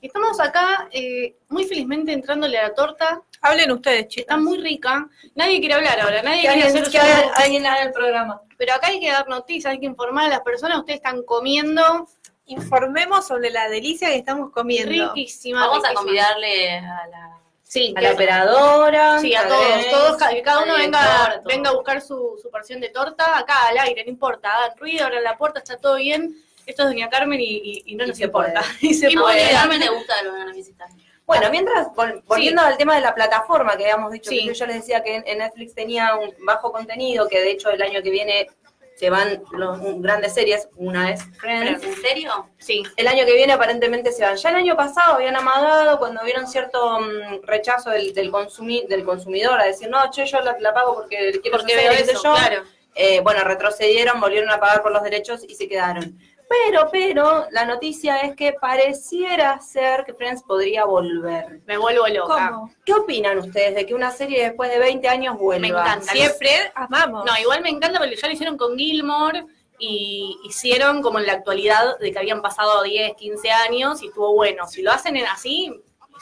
Speaker 4: Estamos acá eh, muy felizmente entrándole a la torta.
Speaker 6: Hablen ustedes,
Speaker 4: Está
Speaker 6: chicas.
Speaker 4: muy rica. Nadie quiere hablar ahora. Nadie
Speaker 5: Que
Speaker 4: quiere
Speaker 5: alguien,
Speaker 4: hacer
Speaker 5: que
Speaker 4: su-
Speaker 5: haga- alguien haga el programa.
Speaker 4: Pero acá hay que dar noticias, hay que informar a las personas. Ustedes están comiendo.
Speaker 6: Informemos sobre la delicia que estamos comiendo.
Speaker 4: Riquísima.
Speaker 7: Vamos a
Speaker 4: riquísima.
Speaker 7: convidarle a la.
Speaker 4: Sí,
Speaker 5: A
Speaker 4: que-
Speaker 5: la operadora.
Speaker 4: Sí, a
Speaker 5: tal
Speaker 4: todos,
Speaker 5: vez.
Speaker 4: todos, ca- que cada
Speaker 7: al
Speaker 4: uno
Speaker 7: director,
Speaker 4: venga,
Speaker 7: a todos.
Speaker 4: venga a buscar su, su porción de torta, acá al aire, no importa, hagan ruido, abran la puerta, está todo bien. Esto es Doña Carmen y, y- y no
Speaker 5: Y
Speaker 4: nos
Speaker 5: se
Speaker 4: importa. Y se
Speaker 7: Y
Speaker 4: puede.
Speaker 7: porque Carmen le gusta que lo vengan a visitar.
Speaker 5: Bueno, mientras, vol- volviendo al tema de la plataforma que habíamos dicho,
Speaker 4: Sí.
Speaker 5: que yo les decía que en- en Netflix tenía un bajo contenido, que de hecho el año que viene se van los, un- grandes series, una es Friends.
Speaker 7: ¿En serio?
Speaker 4: Sí,
Speaker 5: El año que viene aparentemente se van. Ya el año pasado habían amagado cuando vieron cierto mm, rechazo del, del, consumi- del consumidor a decir, no, che, yo la, la pago porque quiero
Speaker 4: porque
Speaker 5: yo
Speaker 4: veo
Speaker 5: serie, qué sé
Speaker 4: eso,
Speaker 5: yo".
Speaker 4: claro.
Speaker 5: Eh, bueno, retrocedieron, volvieron a pagar por los derechos y se quedaron. Pero, pero, la noticia es que pareciera ser que Friends podría volver.
Speaker 4: Me vuelvo loca.
Speaker 6: ¿Cómo?
Speaker 5: ¿Qué opinan ustedes de que una serie después de 20 años vuelva?
Speaker 4: Me encanta.
Speaker 6: Siempre amamos.
Speaker 4: No, igual me encanta porque ya lo hicieron con Gilmore y hicieron como en la actualidad de que habían pasado 10, 15 años y estuvo bueno. Si lo hacen en- así,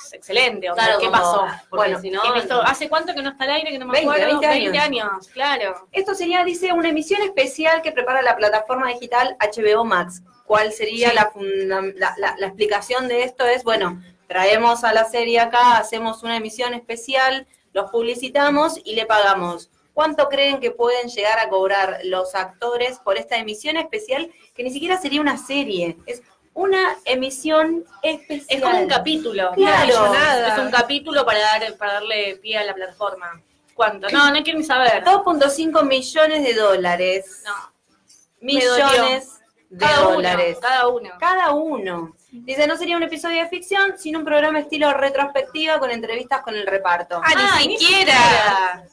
Speaker 4: es excelente. o sea,
Speaker 7: Claro,
Speaker 4: ¿qué
Speaker 7: como-
Speaker 4: pasó?
Speaker 7: porque
Speaker 4: Bueno,
Speaker 7: si no-
Speaker 4: ¿quién esto- ¿hace cuánto que no está al aire? Que no me
Speaker 5: 20,
Speaker 4: acuerdo.
Speaker 5: 20 años.
Speaker 4: años, claro.
Speaker 5: Esto sería, dice, una emisión especial que prepara la plataforma digital HBO Max. ¿Cuál sería
Speaker 4: Sí.
Speaker 5: la, funda- la, la- la explicación de esto? Es, bueno, traemos a la serie acá, hacemos una emisión especial, los publicitamos y le pagamos. ¿Cuánto creen que pueden llegar a cobrar los actores por esta emisión especial? Que ni siquiera sería una serie, es una emisión especial.
Speaker 4: Es como un capítulo.
Speaker 5: Claro.
Speaker 4: No, Es un capítulo para, dar, para darle pie a la plataforma. ¿Cuánto? No, no quiero ni saber.
Speaker 5: 2.5 millones de dólares.
Speaker 4: No.
Speaker 5: millones de
Speaker 4: Cada uno,
Speaker 5: dólares.
Speaker 4: cada
Speaker 6: Ah,
Speaker 4: uno.
Speaker 5: Cada uno. Dice, no sería un episodio de ficción, sino un programa estilo retrospectiva con entrevistas con el reparto. Ah.
Speaker 6: Ah, ni
Speaker 4: Ah, ni siquiera.
Speaker 6: siquiera.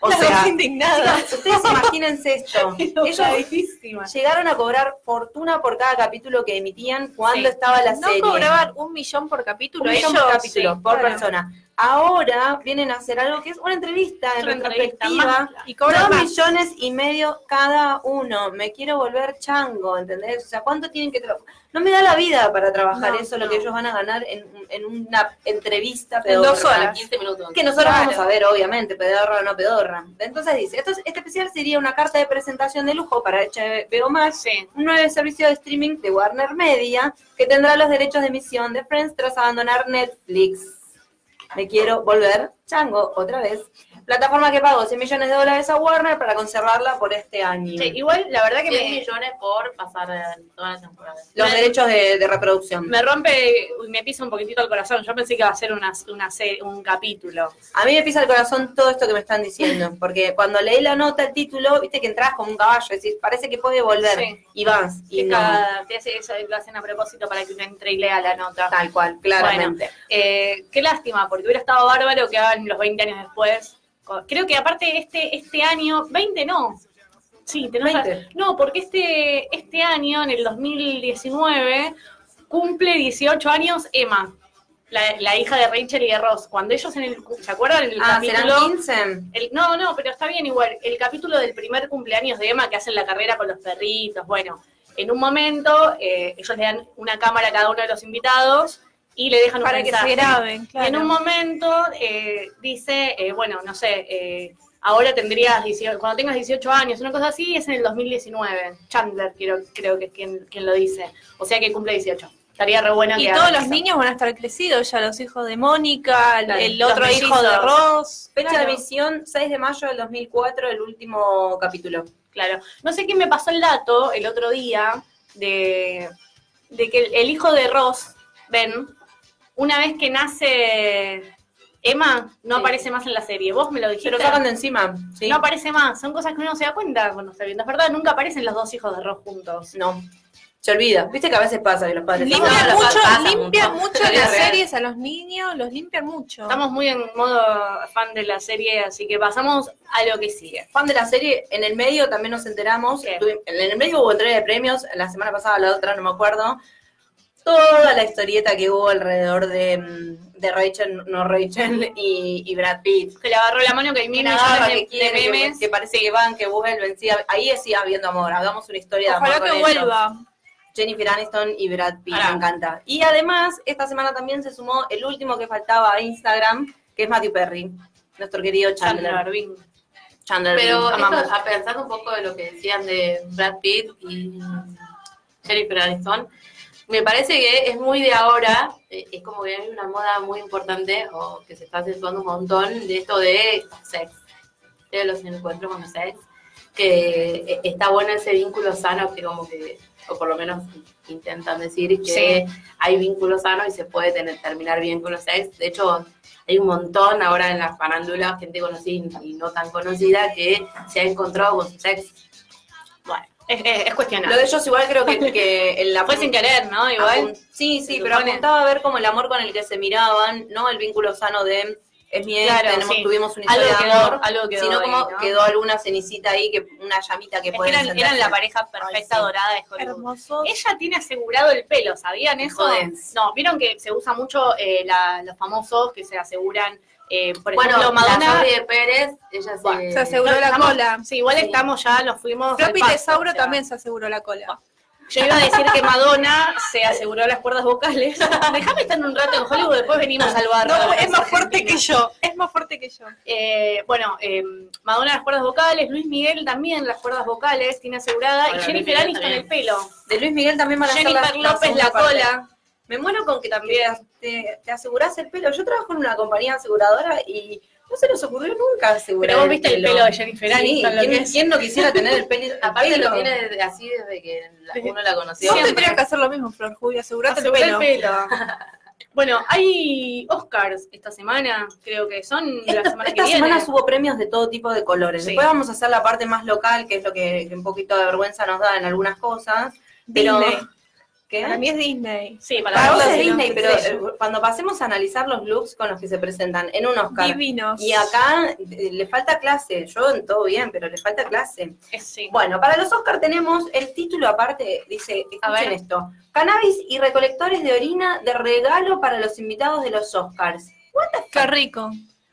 Speaker 5: O
Speaker 6: Estamos
Speaker 5: sea,
Speaker 6: indignadas.
Speaker 5: chicas, ustedes imagínense esto. Ellos llegaron a cobrar fortuna por cada capítulo que emitían cuando
Speaker 4: Sí.
Speaker 5: estaba la
Speaker 6: No
Speaker 5: serie.
Speaker 6: cobraban un millón por capítulo
Speaker 5: Un millón
Speaker 6: ellos.
Speaker 5: por capítulo,
Speaker 6: Sí,
Speaker 5: por
Speaker 6: claro.
Speaker 5: persona. ahora vienen a hacer algo que es una entrevista en
Speaker 4: Otra entrevista,
Speaker 5: retrospectiva.
Speaker 4: más-
Speaker 5: Y
Speaker 4: y
Speaker 5: cobran
Speaker 4: cobran
Speaker 5: dos
Speaker 4: más.
Speaker 5: millones y medio cada uno. Me quiero volver chango, ¿entendés? O sea, ¿cuánto tienen que trabajar? No me da la vida para trabajar
Speaker 6: No,
Speaker 5: eso, lo que ellos van a ganar en, en una entrevista
Speaker 6: En dos
Speaker 5: pedorra.
Speaker 6: horas.
Speaker 7: 15 minutos.
Speaker 5: Que nosotros
Speaker 6: Claro.
Speaker 5: vamos a ver, obviamente, pedorra o no pedorra. Entonces dice, esto, es- este especial sería una carta de presentación de lujo para HBO Max,
Speaker 4: Sí.
Speaker 5: un nuevo servicio de streaming de Warner Media, que tendrá los derechos de emisión de Friends tras abandonar Netflix. Me quiero volver chango otra vez. Plataforma que pagó 100 millones de dólares a Warner para conservarla por este año.
Speaker 4: Sí, igual la verdad que
Speaker 7: 10
Speaker 4: me,
Speaker 7: millones por pasar eh, toda la temporada.
Speaker 5: Los
Speaker 4: me-
Speaker 5: derechos de, de reproducción.
Speaker 4: me rompe, uy, me pisa un poquitito el corazón. Yo pensé que iba a ser una, una se- un capítulo.
Speaker 5: A mí me pisa el corazón todo esto que me están diciendo, porque cuando leí la nota, el título, viste que entras como un caballo, decís, parece que puede volver,
Speaker 4: Sí.
Speaker 5: y vas, y
Speaker 4: Que
Speaker 5: no.
Speaker 4: cada- te hace eso, lo hacen a propósito para que uno entre y lea la nota.
Speaker 5: Tal cual, claramente.
Speaker 4: Eh, qué lástima, porque hubiera estado bárbaro que hagan los 20 años después. Co- Creo que aparte este, este año, 20 no. Sí, tenés
Speaker 5: 20.
Speaker 4: razón. No, porque este, este año, en el 2019, cumple 18 años Emma, la, la hija de Rachel y de Ross. Cuando ellos en el... ¿Se acuerdan? En el
Speaker 5: ah,
Speaker 4: capítulo,
Speaker 5: ¿serán 15?
Speaker 4: el- no, no, pero está bien igual. El capítulo del primer cumpleaños de Emma que hacen la carrera con los perritos. Bueno, en un momento eh, ellos le dan una cámara a cada uno de los invitados y le dejan un
Speaker 6: Para que
Speaker 4: mensaje.
Speaker 6: se graben, claro.
Speaker 4: Y en un momento eh, dice, eh, bueno, no sé, eh, ahora tendrías 18, cuando tengas 18 años, una cosa así, es en el 2019. Chandler creo, creo que es quien, quien lo dice. O sea que cumple 18. Estaría re bueno que
Speaker 6: Y
Speaker 4: haga
Speaker 6: todos los
Speaker 4: eso.
Speaker 6: niños van a estar crecidos ya, los hijos de Mónica, el,
Speaker 4: Claro,
Speaker 6: el
Speaker 4: los
Speaker 6: otro hijo
Speaker 4: mellizos.
Speaker 6: de Ross.
Speaker 5: Fecha
Speaker 4: Claro.
Speaker 5: de emisión, 6 de mayo del 2004, el último capítulo.
Speaker 4: Claro. No sé quién me pasó el dato el otro día de, de que el, el hijo de Ross, Ben, una vez que nace Emma, no
Speaker 5: Sí.
Speaker 4: aparece más en la serie. Vos me lo dijiste.
Speaker 5: Pero sacan de encima, ¿sí?
Speaker 4: No aparece más. Son cosas que uno no se da cuenta cuando está viendo. Es verdad, nunca aparecen los dos hijos de Ross juntos.
Speaker 5: No, se olvida. Viste que a veces pasa que los padres...
Speaker 7: Lindo.
Speaker 5: sacan-
Speaker 6: Limpian
Speaker 7: no,
Speaker 6: mucho,
Speaker 7: pasa mucho.
Speaker 6: limpian mucho
Speaker 7: Vida
Speaker 6: las
Speaker 7: real.
Speaker 6: series a los niños, los limpian mucho.
Speaker 4: Estamos muy en modo fan de la serie, así que pasamos a lo que sigue.
Speaker 5: fan de la serie, en el medio también nos enteramos,
Speaker 4: ¿Qué?
Speaker 5: tuvi- en el medio hubo entrega de premios, la semana pasada, la otra no me acuerdo, toda la historieta que hubo alrededor de, mm, de Rachel, no Rachel, y, y Brad Pitt.
Speaker 4: Que le agarró la mano que hay mil
Speaker 5: Que la agarra,
Speaker 4: millones de,
Speaker 5: que, quiere,
Speaker 4: de
Speaker 5: que-
Speaker 4: memes.
Speaker 5: que, parece que van, que vuelven, sí, ahí sí habiendo amor, hagamos una historia de
Speaker 6: Ojalá
Speaker 5: amor
Speaker 6: que
Speaker 5: con ellos.
Speaker 6: vuelva.
Speaker 5: Jennifer Aniston y Brad Pitt,
Speaker 4: Pará.
Speaker 5: me encanta. Y además, esta semana también se sumó el último que faltaba a Instagram, que es Matthew Perry, nuestro querido Chandler.
Speaker 4: Chandler, Bing.
Speaker 5: Chandler,
Speaker 7: Pero esto,
Speaker 5: amamos.
Speaker 7: a pensar un poco de lo que decían de Brad Pitt y Jennifer Aniston, me parece que es muy de ahora, eh, es como que hay una moda muy importante o que se está acentuando un montón de esto de sex, de los encuentros con sex, que eh, está bueno ese vínculo sano que como que, o por lo menos intentan decir que hay vínculo sano y se puede tener, terminar bien con los sex. De hecho, hay un montón ahora en las farándulas, gente conocida y no tan conocida, que se ha encontrado con su sex.
Speaker 4: Bueno, es, es, es
Speaker 5: Lo
Speaker 4: cuestionable.
Speaker 5: de ellos igual creo que, que en la
Speaker 4: Fue sin querer, ¿no? Igual.
Speaker 5: apun- Sí, sí,
Speaker 4: Se
Speaker 5: pero
Speaker 4: supone.
Speaker 5: apuntaba a ver como el amor con el que se miraban, no el vínculo sano de es mi ex,
Speaker 4: Claro,
Speaker 5: tenemos,
Speaker 4: sí.
Speaker 5: tuvimos una
Speaker 4: Algo
Speaker 5: historia de
Speaker 4: quedó,
Speaker 5: amor,
Speaker 4: algo quedó
Speaker 5: sino
Speaker 4: ahí,
Speaker 5: como
Speaker 4: ¿no?
Speaker 5: quedó alguna cenicita ahí, que una llamita que
Speaker 4: Es
Speaker 5: puede
Speaker 4: que eran, eran la
Speaker 5: encenderse.
Speaker 4: pareja perfecta
Speaker 5: Ay, sí.
Speaker 4: dorada de Hollywood.
Speaker 6: Hermosos.
Speaker 4: Ella tiene asegurado el pelo, ¿sabían eso?
Speaker 5: Jodés.
Speaker 4: No, vieron que se usa mucho eh, la- los famosos que se aseguran, eh, por
Speaker 7: Bueno,
Speaker 4: ejemplo,
Speaker 7: la
Speaker 4: Madonna.
Speaker 7: Sofía de Pérez, ella se...
Speaker 4: Bueno,
Speaker 6: se aseguró la
Speaker 4: Estamos-
Speaker 6: cola.
Speaker 4: Sí, igual
Speaker 7: Sí.
Speaker 4: estamos ya, nos fuimos. al
Speaker 6: Floppy
Speaker 4: pasto,
Speaker 6: Tesauro
Speaker 4: o sea.
Speaker 6: también se aseguró la cola.
Speaker 4: Yo iba a decir que Madonna se aseguró las cuerdas vocales. Déjame estar un rato en Hollywood, después venimos al barrio.
Speaker 6: No, es más fuerte que yo. Es más fuerte que yo.
Speaker 4: Eh, bueno, eh, Madonna las cuerdas vocales, Luis Miguel también las cuerdas vocales, tiene asegurada,
Speaker 7: Bueno,
Speaker 4: y
Speaker 7: Luis
Speaker 4: Jennifer
Speaker 7: Miguel
Speaker 4: Aniston
Speaker 7: también.
Speaker 4: el pelo.
Speaker 5: De Luis Miguel también van a hacer la-
Speaker 4: Jennifer López
Speaker 5: segunda
Speaker 4: la
Speaker 5: parte.
Speaker 4: cola.
Speaker 5: Me muero con que también te, te asegurás el pelo. Yo trabajo en una compañía aseguradora y no se nos ocurrió nunca asegurar
Speaker 4: Pero vos viste el pelo de Jennifer
Speaker 5: Sí,
Speaker 4: Aniston, lo que
Speaker 5: ¿quién,
Speaker 4: es.
Speaker 5: quién no quisiera tener el peli- el pelo?
Speaker 7: Aparte lo tiene desde- así desde que la-
Speaker 4: Desde-
Speaker 7: uno la conoció.
Speaker 6: Vos
Speaker 4: Siempre.
Speaker 6: tendrías que hacer lo mismo, Flor Julio. Asegurate el
Speaker 4: Aseguró
Speaker 6: pelo.
Speaker 4: el pelo. Bueno, hay Oscars esta semana, creo que son la
Speaker 5: Esta-
Speaker 4: semana que
Speaker 5: Esta
Speaker 4: viene.
Speaker 5: semana hubo premios de todo tipo de colores.
Speaker 4: Sí.
Speaker 5: Después vamos a hacer la parte más local, que es lo que, que un poquito de vergüenza nos da en algunas cosas. Pero,
Speaker 6: Disney.
Speaker 5: ¿qué?
Speaker 6: Para mí es Disney.
Speaker 4: Sí, para,
Speaker 5: Para
Speaker 4: vos
Speaker 5: vos es
Speaker 4: sí, ¿no?
Speaker 5: Disney, pero
Speaker 4: Sí.
Speaker 5: eh, cuando pasemos a analizar los looks con los que se presentan en un Oscar.
Speaker 6: Divinos.
Speaker 5: Y acá eh, le falta clase. Yo en todo bien, pero le falta clase.
Speaker 4: Es- sí.
Speaker 5: Bueno, para los Oscar tenemos el título aparte, dice,
Speaker 7: A ver.
Speaker 5: escuchen esto. Cannabis y recolectores de orina de regalo para los invitados de los Oscars.
Speaker 6: Qué rico.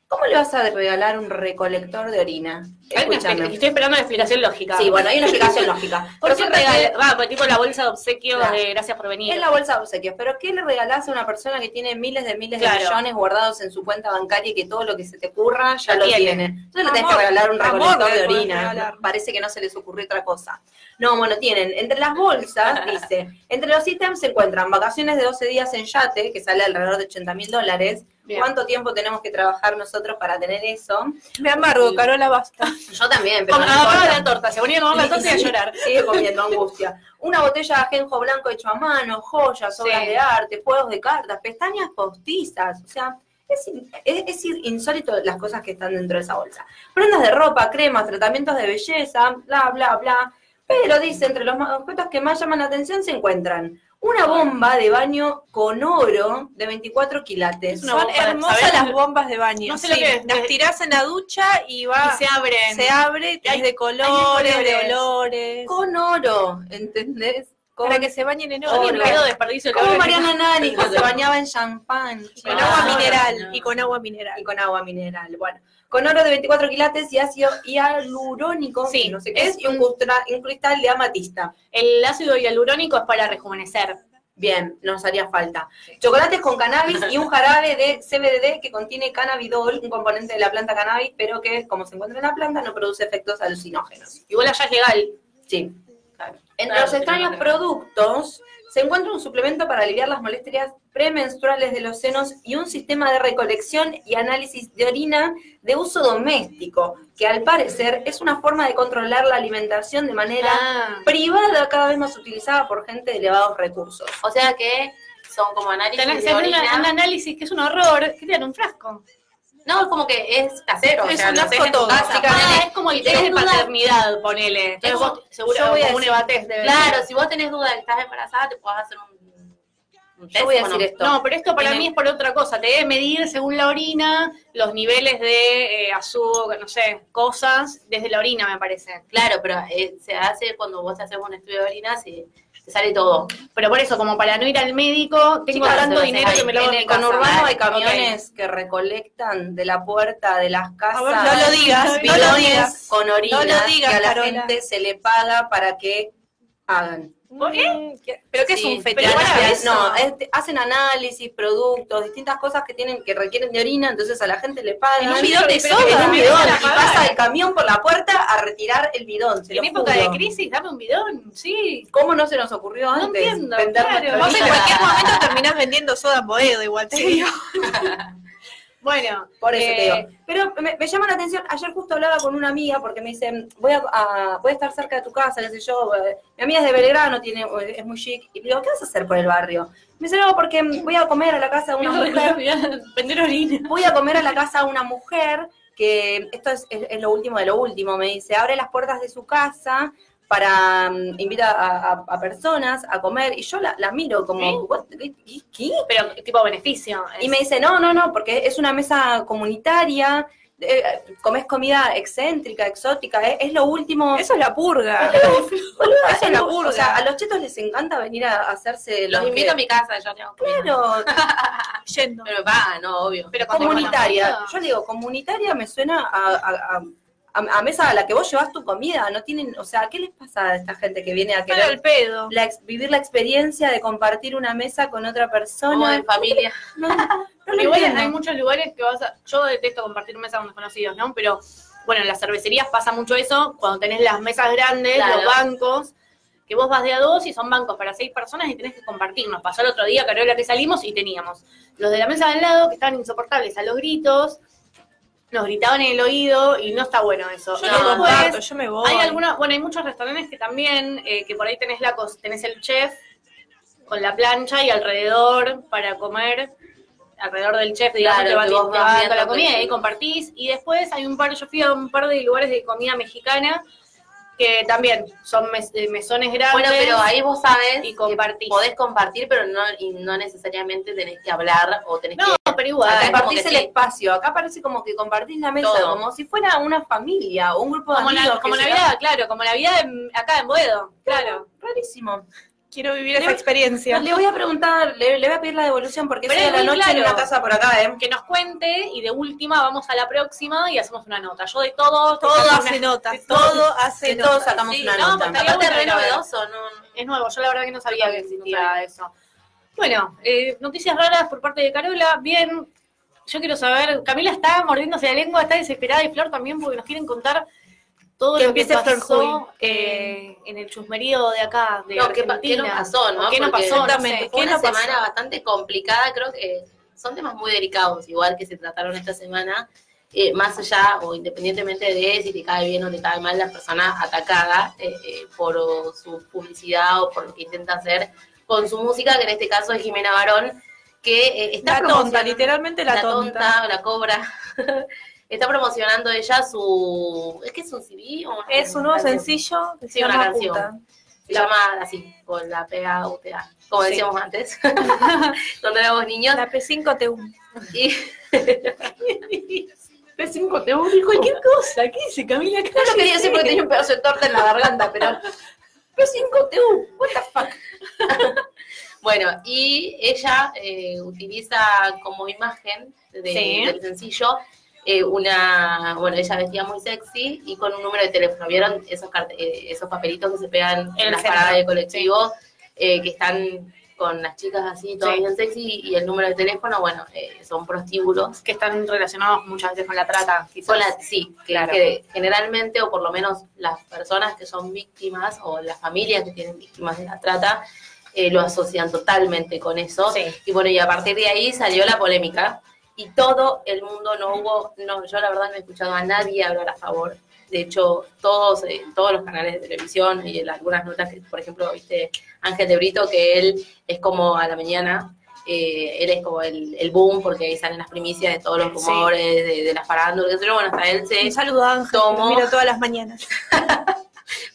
Speaker 5: ¿Cómo le vas a regalar un recolector de
Speaker 4: Hay
Speaker 5: orina?
Speaker 4: una
Speaker 5: Escúchame.
Speaker 4: explica- Estoy esperando la explicación lógica.
Speaker 5: Sí, bueno, hay una explicación lógica.
Speaker 4: ¿Por
Speaker 5: Pero
Speaker 4: qué
Speaker 5: ¿qué
Speaker 4: regalo?
Speaker 5: regalo-
Speaker 4: Va, pues tipo la bolsa de obsequios
Speaker 5: Claro.
Speaker 4: de gracias por venir.
Speaker 5: Es la bolsa de obsequios, pero ¿qué le regalás a una persona que tiene miles de miles
Speaker 4: Claro.
Speaker 5: de millones guardados en su cuenta bancaria y que todo lo que se te ocurra ya
Speaker 4: Lo
Speaker 5: lo
Speaker 4: tiene.
Speaker 5: tiene? Entonces le tenés que
Speaker 6: Amor,
Speaker 5: regalar un
Speaker 6: amor
Speaker 5: recolector
Speaker 6: le
Speaker 5: de
Speaker 6: podés
Speaker 5: orina.
Speaker 6: regalar.
Speaker 5: Parece que no se les ocurrió otra cosa. No, bueno, tienen, entre las bolsas, dice, entre los ítems se encuentran vacaciones de 12 días en yate, que sale alrededor de 80 mil dólares.
Speaker 4: Bien.
Speaker 5: ¿Cuánto tiempo tenemos que trabajar nosotros para tener eso?
Speaker 6: Me amargo, Carola, basta.
Speaker 5: Yo también, pero
Speaker 4: Como-
Speaker 5: no
Speaker 4: agarraba
Speaker 5: importa.
Speaker 4: la torta, se ponía a comer la torta y a llorar.
Speaker 5: Sigue comiendo angustia. Una botella de ajenjo blanco hecho a mano, joyas, obras
Speaker 4: Sí.
Speaker 5: de arte, juegos de cartas, pestañas postizas. O sea, es, in- es- es insólito las cosas que están dentro de esa bolsa. Prendas de ropa, cremas, tratamientos de belleza, bla, bla, bla. Pero dice, entre los ma- objetos que más llaman la atención se encuentran una bomba de baño con oro de 24 quilates.
Speaker 4: Es una
Speaker 6: Son
Speaker 4: bomba de-
Speaker 6: hermosas
Speaker 4: ¿sabés?
Speaker 6: las bombas de baño.
Speaker 4: No sé lo que es.
Speaker 6: Las tirás en la ducha y va.
Speaker 4: Y se abren.
Speaker 6: se abre,
Speaker 4: Hay-
Speaker 6: es de colores, de
Speaker 5: colores.
Speaker 6: olores.
Speaker 5: Con oro, ¿entendés? Con
Speaker 6: Para que se bañen en
Speaker 4: Yo ni en
Speaker 6: oro.
Speaker 4: pedo desperdicio el
Speaker 5: Como
Speaker 4: oro.
Speaker 5: Mariana Nani, que se bañaba en champán.
Speaker 6: Con
Speaker 5: chicos.
Speaker 6: agua
Speaker 4: Ah,
Speaker 6: mineral.
Speaker 7: no.
Speaker 6: Y con agua mineral.
Speaker 5: Y con agua mineral, bueno. Con oro de 24 quilates y ácido hialurónico,
Speaker 4: Sí,
Speaker 5: que no sé qué
Speaker 4: es
Speaker 5: es, y un, custra- un cristal de amatista.
Speaker 4: El ácido hialurónico es para rejuvenecer.
Speaker 5: Bien, nos haría falta. Chocolates con cannabis y un jarabe de CBD que contiene cannabidol, un componente de la planta cannabis, pero que, como se encuentra en la planta, no produce efectos alucinógenos.
Speaker 4: Igual allá es legal.
Speaker 5: Sí. Entre
Speaker 7: Claro,
Speaker 5: los
Speaker 7: sí,
Speaker 5: extraños
Speaker 7: claro.
Speaker 5: productos se encuentra un suplemento para aliviar las molestias premenstruales de los senos y un sistema de recolección y análisis de orina de uso doméstico, que al parecer es una forma de controlar la alimentación de manera
Speaker 4: Ah.
Speaker 5: privada cada vez más utilizada por gente de elevados recursos.
Speaker 7: O sea que son como análisis
Speaker 4: Tenés-
Speaker 7: de
Speaker 4: se hace
Speaker 7: orina.
Speaker 4: una- un análisis que es un horror. ¿Qué te dan un frasco?
Speaker 7: No, es como que es casero.
Speaker 6: Es
Speaker 7: o sea,
Speaker 6: un
Speaker 7: lo haces en tu
Speaker 6: asco
Speaker 4: Ah,
Speaker 6: todo.
Speaker 7: casa, ponele.
Speaker 4: es como el
Speaker 7: si
Speaker 4: test de
Speaker 7: tenés duda-
Speaker 4: paternidad, ponele. Entonces
Speaker 7: Eso,
Speaker 4: vos, seguro,
Speaker 5: yo voy a
Speaker 4: como un
Speaker 5: decir-
Speaker 4: evatest debe ser.
Speaker 7: Claro, si vos tenés duda de que estás embarazada, te podés hacer un, un test.
Speaker 5: Yo voy a
Speaker 7: ¿o
Speaker 5: decir
Speaker 7: no?
Speaker 5: esto.
Speaker 4: No, pero esto para
Speaker 7: Tiene-
Speaker 4: mí es por otra cosa. Te debe medir según la orina los niveles de eh, azúcar, no sé, cosas desde la orina, me parece.
Speaker 7: Claro, pero eh, se hace cuando vos te haces un estudio de orina, se, te sale todo.
Speaker 4: Pero por eso, como para no ir al médico, tengo
Speaker 7: Chicas,
Speaker 4: tanto
Speaker 7: se lo
Speaker 4: dinero
Speaker 7: hacen
Speaker 4: que me lo hago
Speaker 5: en
Speaker 4: en
Speaker 5: el
Speaker 4: mi casa.
Speaker 5: conurbano hay
Speaker 4: Ok.
Speaker 5: camiones que recolectan de la puerta de las casas.
Speaker 6: ver, no lo digas,
Speaker 4: no lo
Speaker 5: bidones
Speaker 6: digas.
Speaker 5: con orina
Speaker 6: No lo digas,
Speaker 5: que a la
Speaker 6: Carola.
Speaker 5: gente se le paga para que hagan.
Speaker 6: Mm, ¿qué- ¿Pero qué es
Speaker 7: Sí,
Speaker 6: un
Speaker 7: pero
Speaker 5: Pero
Speaker 6: fetiche?
Speaker 4: para
Speaker 5: para-
Speaker 4: eso-
Speaker 5: no, es- te- hacen análisis, productos, distintas cosas que tienen que requieren de orina, entonces a la gente le pagan.
Speaker 4: En un bidón de
Speaker 5: Pero
Speaker 4: soda.
Speaker 5: En un
Speaker 4: Me
Speaker 5: bidón,
Speaker 4: van a
Speaker 5: y
Speaker 4: pagar.
Speaker 5: pasa el camión por la puerta a retirar el bidón. se
Speaker 4: En
Speaker 5: lo
Speaker 4: época
Speaker 5: juro.
Speaker 4: de crisis, dame un bidón, sí.
Speaker 5: ¿Cómo no se nos ocurrió antes?
Speaker 4: entiendo,
Speaker 5: vender
Speaker 4: claro.
Speaker 5: nuestra
Speaker 6: Vos en
Speaker 5: orina?
Speaker 6: cualquier momento terminás vendiendo soda en Boedo, igual te digo.
Speaker 4: Bueno,
Speaker 5: Por eso
Speaker 4: eh,
Speaker 5: te digo. Pero me, me llama la atención, ayer justo hablaba con una amiga porque me dicen, voy a, a- voy a estar cerca de tu casa, qué sé yo, eh, mi amiga es de Belgrano, tiene, eh, es muy chic, y le digo, ¿qué vas a hacer por el barrio? Me dice, no, porque voy a comer a la casa de una mujer
Speaker 4: Vender orina.
Speaker 5: voy a comer a la casa de una mujer que esto es, es- es lo último de lo último, me dice, abre las puertas de su casa para mm, invita a, a- a personas a comer y yo la, la miro como,
Speaker 4: ¿Eh?
Speaker 5: "What? ¿Qué- qué- qué?".
Speaker 4: Pero tipo beneficio.
Speaker 5: Y me dice, no, no, no, porque es una mesa comunitaria, eh, comes comida excéntrica, exótica, eh, es lo último.
Speaker 6: Eso es la purga.
Speaker 5: Boludo,
Speaker 6: eso es
Speaker 5: hacen
Speaker 6: la
Speaker 5: bu-
Speaker 6: burla.
Speaker 5: O sea, a los chetos les encanta venir a hacerse
Speaker 7: Los
Speaker 5: que-
Speaker 7: invito a mi casa, yo tengo que-
Speaker 5: Claro,
Speaker 6: Yendo.
Speaker 7: Pero va, no, obvio.
Speaker 4: pero cuando-
Speaker 5: comunitaria.
Speaker 4: cuando-
Speaker 5: Yo le digo, comunitaria me suena a, a- a- a- a mesa a la que vos llevas tu comida. No tienen, o sea, ¿qué les pasa a esta gente que viene a
Speaker 6: Pero
Speaker 5: querer
Speaker 6: el pedo.
Speaker 5: la ex- vivir la experiencia de compartir una mesa con otra
Speaker 7: Como
Speaker 5: persona?
Speaker 7: en familia.
Speaker 5: No, no lo
Speaker 4: Igual
Speaker 5: entiendo.
Speaker 4: hay muchos lugares que vas a... Yo detesto compartir mesa con desconocidos, ¿no? Pero, bueno, en las cervecerías pasa mucho eso, cuando tenés las mesas grandes,
Speaker 7: Claro.
Speaker 4: los bancos, que vos vas de a dos y son bancos para seis personas y tenés que compartir. Nos pasó el otro día, Carola, que salimos y teníamos los de la mesa de al lado que estaban insoportables a los gritos, nos gritaban en el oído y no está bueno eso.
Speaker 6: Yo
Speaker 4: Y
Speaker 6: no,
Speaker 7: no,
Speaker 4: después-
Speaker 6: comparto, yo me voy.
Speaker 4: Hay algunos, bueno, hay muchos restaurantes que también, eh, que por ahí tenés la cos- tenés el chef con la plancha y alrededor para comer, alrededor del chef, digamos,
Speaker 7: Claro,
Speaker 4: te van
Speaker 7: que vos
Speaker 4: te
Speaker 7: vas
Speaker 4: van
Speaker 7: viendo
Speaker 4: con la comida y ahí
Speaker 7: que-
Speaker 4: compartís. Y después hay un par, yo fui a un par de lugares de comida mexicana que también son mes- eh, mesones grandes
Speaker 7: Bueno, pero ahí vos sabés
Speaker 4: y
Speaker 7: que
Speaker 4: compartís.
Speaker 7: podés compartir, pero no, y no necesariamente tenés que hablar o tenés
Speaker 4: No,
Speaker 7: que...
Speaker 4: pero
Speaker 5: Acá
Speaker 4: igual.
Speaker 7: como
Speaker 5: Compartís
Speaker 7: que
Speaker 5: el
Speaker 7: sí.
Speaker 5: espacio, acá parece como que compartís la mesa,
Speaker 7: Todo.
Speaker 5: como si fuera una familia o un grupo de
Speaker 4: Como,
Speaker 5: amigos.
Speaker 4: la,
Speaker 5: que
Speaker 4: como
Speaker 5: se
Speaker 4: la
Speaker 5: da-
Speaker 4: vida, claro, como la vida en- acá en Boedo, claro.
Speaker 5: Rarísimo.
Speaker 6: Quiero vivir
Speaker 5: Le
Speaker 6: esa
Speaker 5: voy-
Speaker 6: experiencia.
Speaker 5: Le voy a preguntar, le, le voy a pedir la devolución porque
Speaker 4: Pero
Speaker 5: soy a
Speaker 4: es
Speaker 5: la
Speaker 4: muy
Speaker 5: noche en
Speaker 4: claro.
Speaker 5: una casa por acá, ¿eh?
Speaker 4: Que nos cuente y de última vamos a la próxima y hacemos una nota. Yo de todo,
Speaker 6: Todo
Speaker 4: saco
Speaker 6: hace
Speaker 4: una-
Speaker 6: nota,
Speaker 4: de
Speaker 6: todo hace
Speaker 5: Que todos
Speaker 6: nota.
Speaker 5: sacamos
Speaker 7: Sí,
Speaker 5: una
Speaker 4: no,
Speaker 5: nota.
Speaker 4: porque hay-
Speaker 7: Aparte es re
Speaker 4: Alguna vez.
Speaker 7: novedoso, no, no.
Speaker 4: Es nuevo, yo la verdad que no sabía que
Speaker 7: No
Speaker 4: existía eso. Bueno, eh, noticias raras por parte de Carola. Bien, yo quiero saber, Camila está mordiéndose la lengua, está desesperada y Flor también porque nos quieren contar todo
Speaker 5: Que
Speaker 4: lo que
Speaker 5: empiece Flor
Speaker 4: pasó
Speaker 5: Huy.
Speaker 4: eh, en el chusmerío de acá, de
Speaker 7: No, ¿qué,
Speaker 4: Argentina.
Speaker 7: pa- qué nos pasó, no?
Speaker 4: ¿Qué nos
Speaker 7: Porque
Speaker 4: pasó? No
Speaker 7: exactamente,
Speaker 4: sé,
Speaker 7: fue
Speaker 4: ¿qué
Speaker 7: una
Speaker 4: nos pasó?
Speaker 7: semana bastante complicada, creo que eh, son temas muy delicados, igual que se trataron esta semana, eh, más allá o independientemente de si te cae bien o te cae mal la persona atacada eh, eh, por o, su publicidad o por lo que intenta hacer con su música, que en este caso es Jimena Barón, que eh, está
Speaker 6: La tonta,
Speaker 7: promocionando-
Speaker 6: literalmente la, tonta.
Speaker 7: la cobra. está promocionando ella su... ¿Es que es un CD? o una
Speaker 6: Es un nuevo
Speaker 7: canción?
Speaker 6: sencillo que se
Speaker 7: Sí, una
Speaker 6: llama
Speaker 7: canción.
Speaker 6: Puta.
Speaker 7: se llama así, con la pega UTA, como
Speaker 6: Sí.
Speaker 7: decíamos antes, cuando éramos niños.
Speaker 6: La P5T1.
Speaker 7: Y
Speaker 5: P5 te un cualquier cosa. ¿Qué dice Camila? No lo quería decir porque tenía un pedazo de torta en la garganta, pero. P5 te un. What the fuck.
Speaker 7: bueno, y ella eh, utiliza como imagen de-
Speaker 4: Sí.
Speaker 7: del sencillo eh, una, bueno, ella vestía muy sexy y con un número de teléfono. ¿Vieron esos, carte- eh, esos papelitos que se pegan
Speaker 4: En
Speaker 7: en
Speaker 4: el
Speaker 7: las
Speaker 4: centro,
Speaker 7: paradas de colectivo eh, que están con las chicas así, todas
Speaker 4: Sí.
Speaker 7: bien sexy, y el número de teléfono, bueno, eh, son prostíbulos.
Speaker 4: Que están relacionados muchas veces con la trata, quizás.
Speaker 7: Son las- sí, que,
Speaker 4: Claro.
Speaker 7: que generalmente, o por lo menos las personas que son víctimas o las familias que tienen víctimas de la trata, eh, lo asocian totalmente con eso.
Speaker 4: Sí.
Speaker 7: Y bueno, y a partir de ahí salió la polémica y todo el mundo no hubo, no, yo la verdad no he escuchado a nadie hablar a favor. De hecho, todos, eh, todos los canales de televisión y en algunas notas que, por ejemplo, viste Ángel de Brito, que él es como a la mañana, eh, él es como el, el boom, porque ahí salen las primicias de todos los rumores, de, de las farándulas, qué sé yo, bueno, hasta él se
Speaker 6: Un saludo a Ángel, que
Speaker 7: Tomo.
Speaker 6: lo miro todas las mañanas.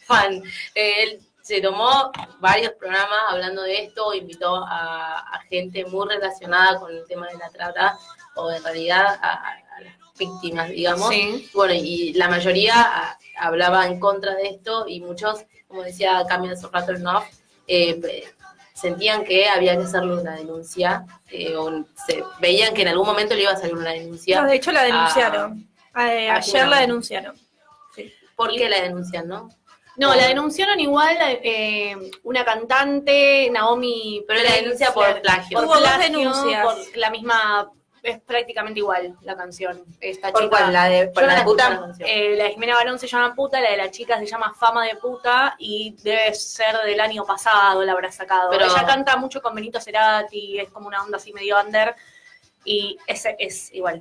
Speaker 7: fan. Eh, Él se tomó varios programas hablando de esto, invitó a, a gente muy relacionada con el tema de la trata, o en realidad a, a- a las víctimas, digamos.
Speaker 4: Sí.
Speaker 7: Bueno, y la mayoría a- hablaba en contra de esto y muchos, como decía Camila hace un rato en off, eh, pe- sentían que había que hacerle una denuncia, eh, o se, veían que en algún momento le iba a salir una denuncia.
Speaker 6: No, de hecho la denunciaron. Eh,
Speaker 7: a
Speaker 6: ayer la
Speaker 7: Jimena.
Speaker 6: denunciaron.
Speaker 7: ¿Por qué la denuncian, no?
Speaker 4: No, la denunciaron igual eh, una cantante, Naomi.
Speaker 7: Pero la denuncia por plagio.
Speaker 4: Por
Speaker 6: Hubo dos
Speaker 4: plagio,
Speaker 6: denuncias.
Speaker 4: por la misma, es prácticamente igual la canción. Esta
Speaker 5: ¿Por
Speaker 4: chica,
Speaker 5: cuál? La de. Por
Speaker 7: Yo no
Speaker 5: la de
Speaker 7: escuché
Speaker 5: puta.
Speaker 7: canción.
Speaker 4: eh, la de Jimena Barón se llama puta, la de la chica se llama fama de puta y debe ser del año pasado, la habrá sacado.
Speaker 7: Pero-
Speaker 4: ella canta mucho con Benito Cerati, es como una onda así medio under y ese es igual.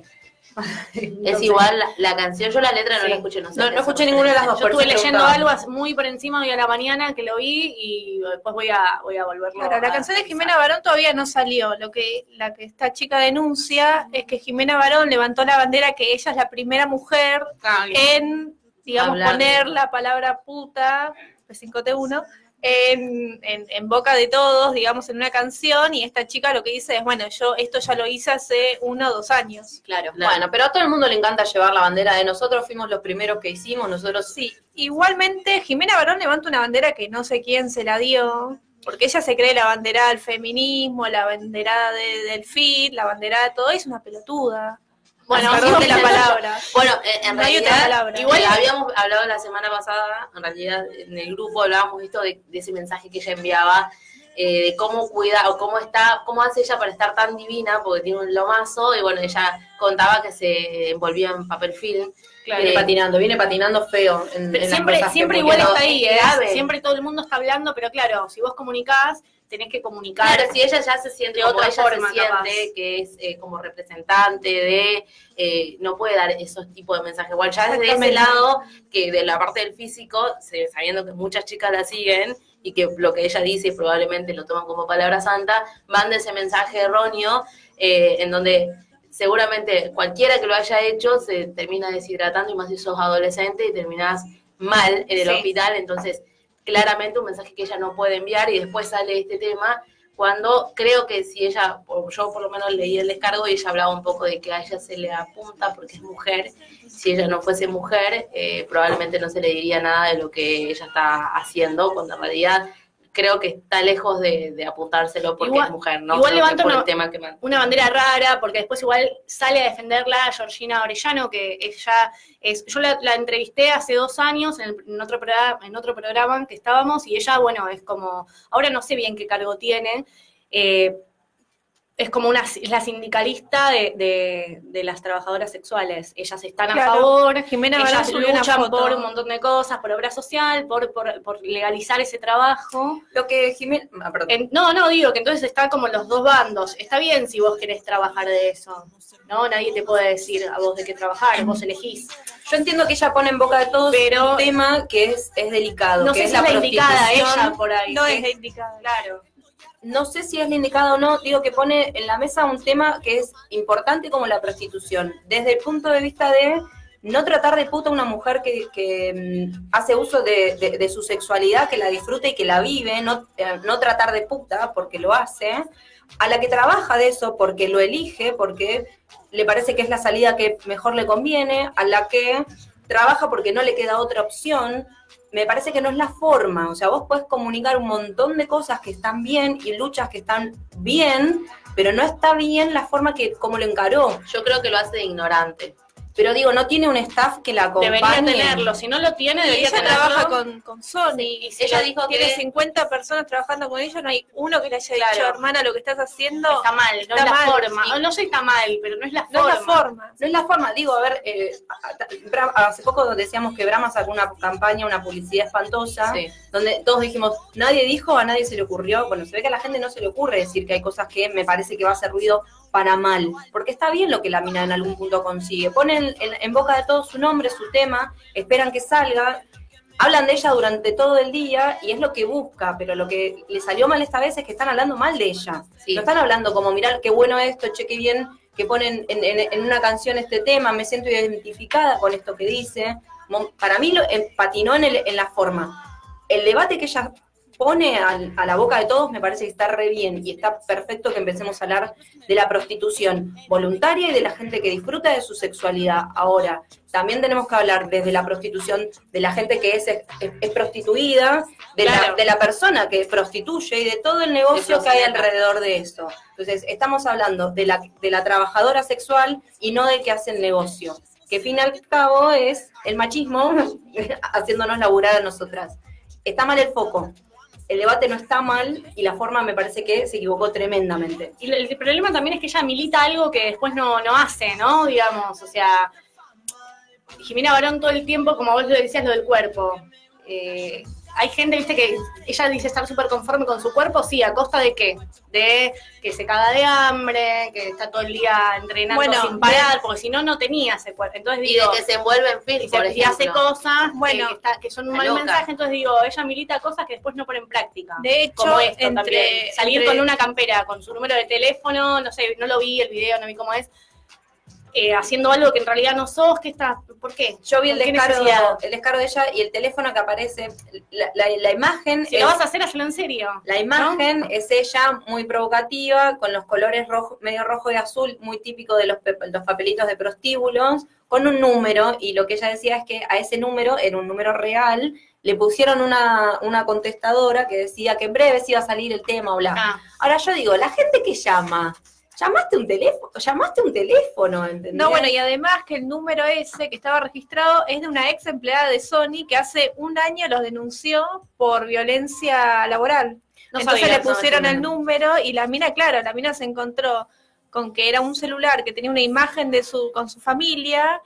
Speaker 7: Es
Speaker 4: Entonces,
Speaker 7: igual la, la canción, yo la letra no
Speaker 4: Sí.
Speaker 7: la escuché, no sé.
Speaker 5: No,
Speaker 7: qué
Speaker 5: no escuché
Speaker 7: hacer.
Speaker 5: ninguna de las dos.
Speaker 4: Yo
Speaker 5: por
Speaker 4: estuve
Speaker 5: eso
Speaker 4: leyendo
Speaker 5: preguntaba.
Speaker 4: algo hace- muy por encima hoy a la mañana que lo vi y después voy a, voy a volverlo
Speaker 6: Claro, la
Speaker 4: a
Speaker 6: canción de Jimena
Speaker 4: revisar.
Speaker 6: Barón todavía no salió. Lo que la que esta chica denuncia es que Jimena Barón levantó la bandera que ella es la primera mujer
Speaker 4: Ah, bien.
Speaker 6: en, digamos,
Speaker 7: Hablar de-
Speaker 6: poner la palabra puta, P5T1, en, en- en boca de todos, digamos, en una canción, y esta chica lo que dice es, bueno, yo esto ya lo hice hace uno o dos años.
Speaker 5: Claro.
Speaker 7: Claro.
Speaker 5: Bueno, pero a todo el mundo le encanta llevar la bandera de nosotros. Fuimos los primeros que hicimos. Nosotros sí.
Speaker 6: Igualmente, Jimena Barón levanta una bandera que no sé quién se la dio, porque ella se cree la bandera del feminismo, la bandera de- del fit, la bandera de todo, es una pelotuda.
Speaker 5: Ah,
Speaker 6: Bueno,
Speaker 7: Perdón
Speaker 6: perdón
Speaker 7: de
Speaker 6: de la
Speaker 7: la-
Speaker 6: palabra.
Speaker 7: Bueno, eh, en
Speaker 6: No hay
Speaker 7: realidad,
Speaker 6: otra palabra.
Speaker 7: igual habíamos hablado la semana pasada, en realidad en el grupo hablábamos esto de, de ese mensaje que ella enviaba, eh, de cómo cuida o cómo está, cómo hace ella para estar tan divina, porque tiene un lomazo, y bueno, ella contaba que se envolvía en papel film.
Speaker 4: Claro.
Speaker 5: Viene
Speaker 7: Eh,
Speaker 5: patinando. Viene patinando feo. en-
Speaker 4: Pero
Speaker 5: en las
Speaker 4: siempre
Speaker 5: cosas que
Speaker 4: siempre
Speaker 5: publica.
Speaker 4: igual
Speaker 7: no,
Speaker 4: está ahí,
Speaker 7: es
Speaker 4: ¿eh?
Speaker 7: grave.
Speaker 4: siempre todo el mundo está hablando, pero claro, si vos comunicás, tenés que comunicar.
Speaker 7: Claro, si ella ya se siente
Speaker 4: De
Speaker 7: como
Speaker 4: otra
Speaker 7: ella
Speaker 4: forma,
Speaker 7: se siente,
Speaker 4: capaz.
Speaker 7: que es eh, como representante de, eh, no puede dar esos tipos de mensajes. Igual ya desde ese
Speaker 6: Exactamente.
Speaker 7: lado, que de la parte del físico, se- sabiendo que muchas chicas la siguen y que lo que ella dice probablemente lo toman como palabra santa, manda ese mensaje erróneo eh, en donde seguramente cualquiera que lo haya hecho se termina deshidratando y más si sos adolescente y terminás mal en el
Speaker 4: Sí.
Speaker 7: hospital, entonces claramente un mensaje que ella no puede enviar y después sale este tema cuando creo que si ella, o yo por lo menos leí el descargo y ella hablaba un poco de que a ella se le apunta porque es mujer, si ella no fuese mujer eh, probablemente no se le diría nada de lo que ella está haciendo, cuando en realidad creo que está lejos de, de apuntárselo porque
Speaker 4: Igual-
Speaker 7: es mujer, ¿no?
Speaker 4: igual
Speaker 7: Creo que
Speaker 4: levanto
Speaker 7: por
Speaker 4: una-
Speaker 7: el tema que man-
Speaker 4: una bandera rara, porque después igual sale a defenderla a Georgina Orellano, que ella es, yo la, la entrevisté hace dos años en, el- en otro programa, en otro programa en que estábamos, y ella, bueno, es como, ahora no sé bien qué cargo tiene, eh, es como una, es la sindicalista de, de- de las trabajadoras sexuales. Ellas están
Speaker 6: Claro.
Speaker 4: a favor,
Speaker 6: Jimena Barón
Speaker 4: ellas
Speaker 6: subió una
Speaker 4: luchan
Speaker 6: foto.
Speaker 4: por un montón de cosas, por obra social, por, por, por legalizar ese trabajo.
Speaker 5: Lo que Jimena. ah, perdón.
Speaker 4: En- no, no, digo que entonces está como los dos bandos. Está bien si vos querés trabajar de eso. No, nadie te puede decir a vos de qué trabajar, vos elegís.
Speaker 5: Yo entiendo que ella pone en boca de todos
Speaker 4: Pero-
Speaker 5: un tema que es, es delicado.
Speaker 4: No
Speaker 5: que
Speaker 4: sé
Speaker 5: es
Speaker 4: si es la indicada
Speaker 5: prostitución.
Speaker 4: ella por ahí.
Speaker 6: No
Speaker 4: ¿sí?
Speaker 6: es la indicada.
Speaker 4: Claro.
Speaker 5: No sé si es la indicada o no, digo que pone en la mesa un tema que es importante como la prostitución. Desde el punto de vista de no tratar de puta a una mujer que, que, mm, hace uso de, de- de su sexualidad, que la disfruta y que la vive, no, eh, no tratar de puta porque lo hace, a la que trabaja de eso porque lo elige, porque le parece que es la salida que mejor le conviene, a la que trabaja porque no le queda otra opción, me parece que no es la forma. O sea, vos podés comunicar un montón de cosas que están bien y luchas que están bien, pero no está bien la forma que como lo encaró.
Speaker 7: Yo creo que lo hace de ignorante.
Speaker 5: Pero digo, no tiene un staff que la acompañe.
Speaker 4: Debería tenerlo. Si no lo tiene,
Speaker 6: Y
Speaker 4: debería
Speaker 6: ella
Speaker 4: tenerlo.
Speaker 6: trabaja con, con Sony. y si
Speaker 7: Ella
Speaker 6: la-
Speaker 7: dijo
Speaker 6: tiene
Speaker 7: que-
Speaker 6: 50 personas trabajando con ella, no hay uno que le haya dicho,
Speaker 4: Claro.
Speaker 6: hermana, lo que estás haciendo
Speaker 4: Está mal, no
Speaker 6: Está
Speaker 4: es la
Speaker 6: mal,
Speaker 4: forma.
Speaker 6: sí.
Speaker 4: No, No sé si está mal, pero no es la
Speaker 6: no
Speaker 4: forma.
Speaker 6: es la forma.
Speaker 5: No es la forma, digo, a ver, eh, a- a- Bra- hace poco decíamos que Brahma sacó una campaña, una publicidad espantosa,
Speaker 7: Sí.
Speaker 5: donde todos dijimos, nadie dijo, a nadie se le ocurrió. Bueno, se ve que a la gente no se le ocurre decir que hay cosas que me parece que va a hacer ruido para mal, porque está bien lo que la mina en algún punto consigue. Ponen en, en boca de todos su nombre, su tema, esperan que salga, hablan de ella durante todo el día y es lo que busca, pero lo que le salió mal esta vez es que están hablando mal de ella.
Speaker 7: Sí.
Speaker 5: No están hablando como, mirar qué bueno esto, che, qué bien que ponen en, en- en una canción este tema, me siento identificada con esto que dice. Mo- Para mí lo, eh, patinó en, el- en la forma. El debate que ella pone al- a la boca de todos me parece que está re bien y está perfecto que empecemos a hablar de la prostitución voluntaria y de la gente que disfruta de su sexualidad. Ahora, también tenemos que hablar desde la prostitución de la gente que es, es, es prostituida, de,
Speaker 4: Claro.
Speaker 5: la, de la persona que prostituye y de todo el negocio
Speaker 7: De
Speaker 5: que hay
Speaker 7: prostituta.
Speaker 5: alrededor de eso. Entonces, estamos hablando de la, de la trabajadora sexual y no del que hace el negocio, que al fin y al cabo es el machismo haciéndonos laburar a nosotras. Está mal el foco. El debate no está mal y la forma me parece que se equivocó tremendamente.
Speaker 4: Y el el problema también es que ella milita algo que después no, no hace, ¿no? Digamos, o sea, Jimena Barón todo el tiempo, como vos lo decías, lo del cuerpo. Eh, hay gente, viste, que ella dice estar súper conforme con su cuerpo, sí, ¿a costa de qué? De que se caga de hambre, que está todo el día entrenando
Speaker 6: Bueno,
Speaker 4: sin parar, porque si no, no tenía ese cuerpo. Entonces
Speaker 7: Y de
Speaker 4: digo,
Speaker 7: que se envuelve en
Speaker 4: y
Speaker 7: film,
Speaker 4: se-
Speaker 7: por
Speaker 4: y hace
Speaker 7: ejemplo.
Speaker 4: cosas bueno,
Speaker 6: Bueno,
Speaker 4: que, está- que son un
Speaker 7: la
Speaker 4: mal
Speaker 7: loca.
Speaker 4: mensaje, entonces digo, ella milita cosas que después no pone en práctica.
Speaker 6: De hecho,
Speaker 4: Como esto
Speaker 6: entre,
Speaker 4: también. Salir
Speaker 6: entre-
Speaker 4: con una campera, con su número de teléfono, no sé, no lo vi el video, no vi cómo es. eh, haciendo algo que en realidad no sos, que estás, ¿por qué?
Speaker 5: Yo vi el
Speaker 4: ¿Con qué
Speaker 5: descaro,
Speaker 4: necesidad?
Speaker 5: el descaro de ella y el teléfono que aparece, la, la- la imagen...
Speaker 4: Si
Speaker 5: es-
Speaker 4: lo vas a hacer, hazlo en serio.
Speaker 5: La imagen es ella muy provocativa, con los colores rojo, medio rojo y azul, muy típico de los, pe- los papelitos de prostíbulos, con un número, y lo que ella decía es que a ese número, era un número real, le pusieron una, una contestadora que decía que en breve se iba a salir el tema, bla.
Speaker 4: Ah,
Speaker 5: Ahora yo digo, la gente que llama, llamaste un teléfono, llamaste un teléfono, ¿entendés?
Speaker 6: No, bueno, y además que el número ese que estaba registrado es de una ex empleada de Sony que hace un año los denunció por violencia laboral.
Speaker 4: No
Speaker 6: Entonces
Speaker 4: sabía,
Speaker 6: le pusieron
Speaker 5: no, no,
Speaker 6: el
Speaker 5: no.
Speaker 6: número y la mina, claro, la mina se encontró con que era un celular que tenía una imagen de su con su familia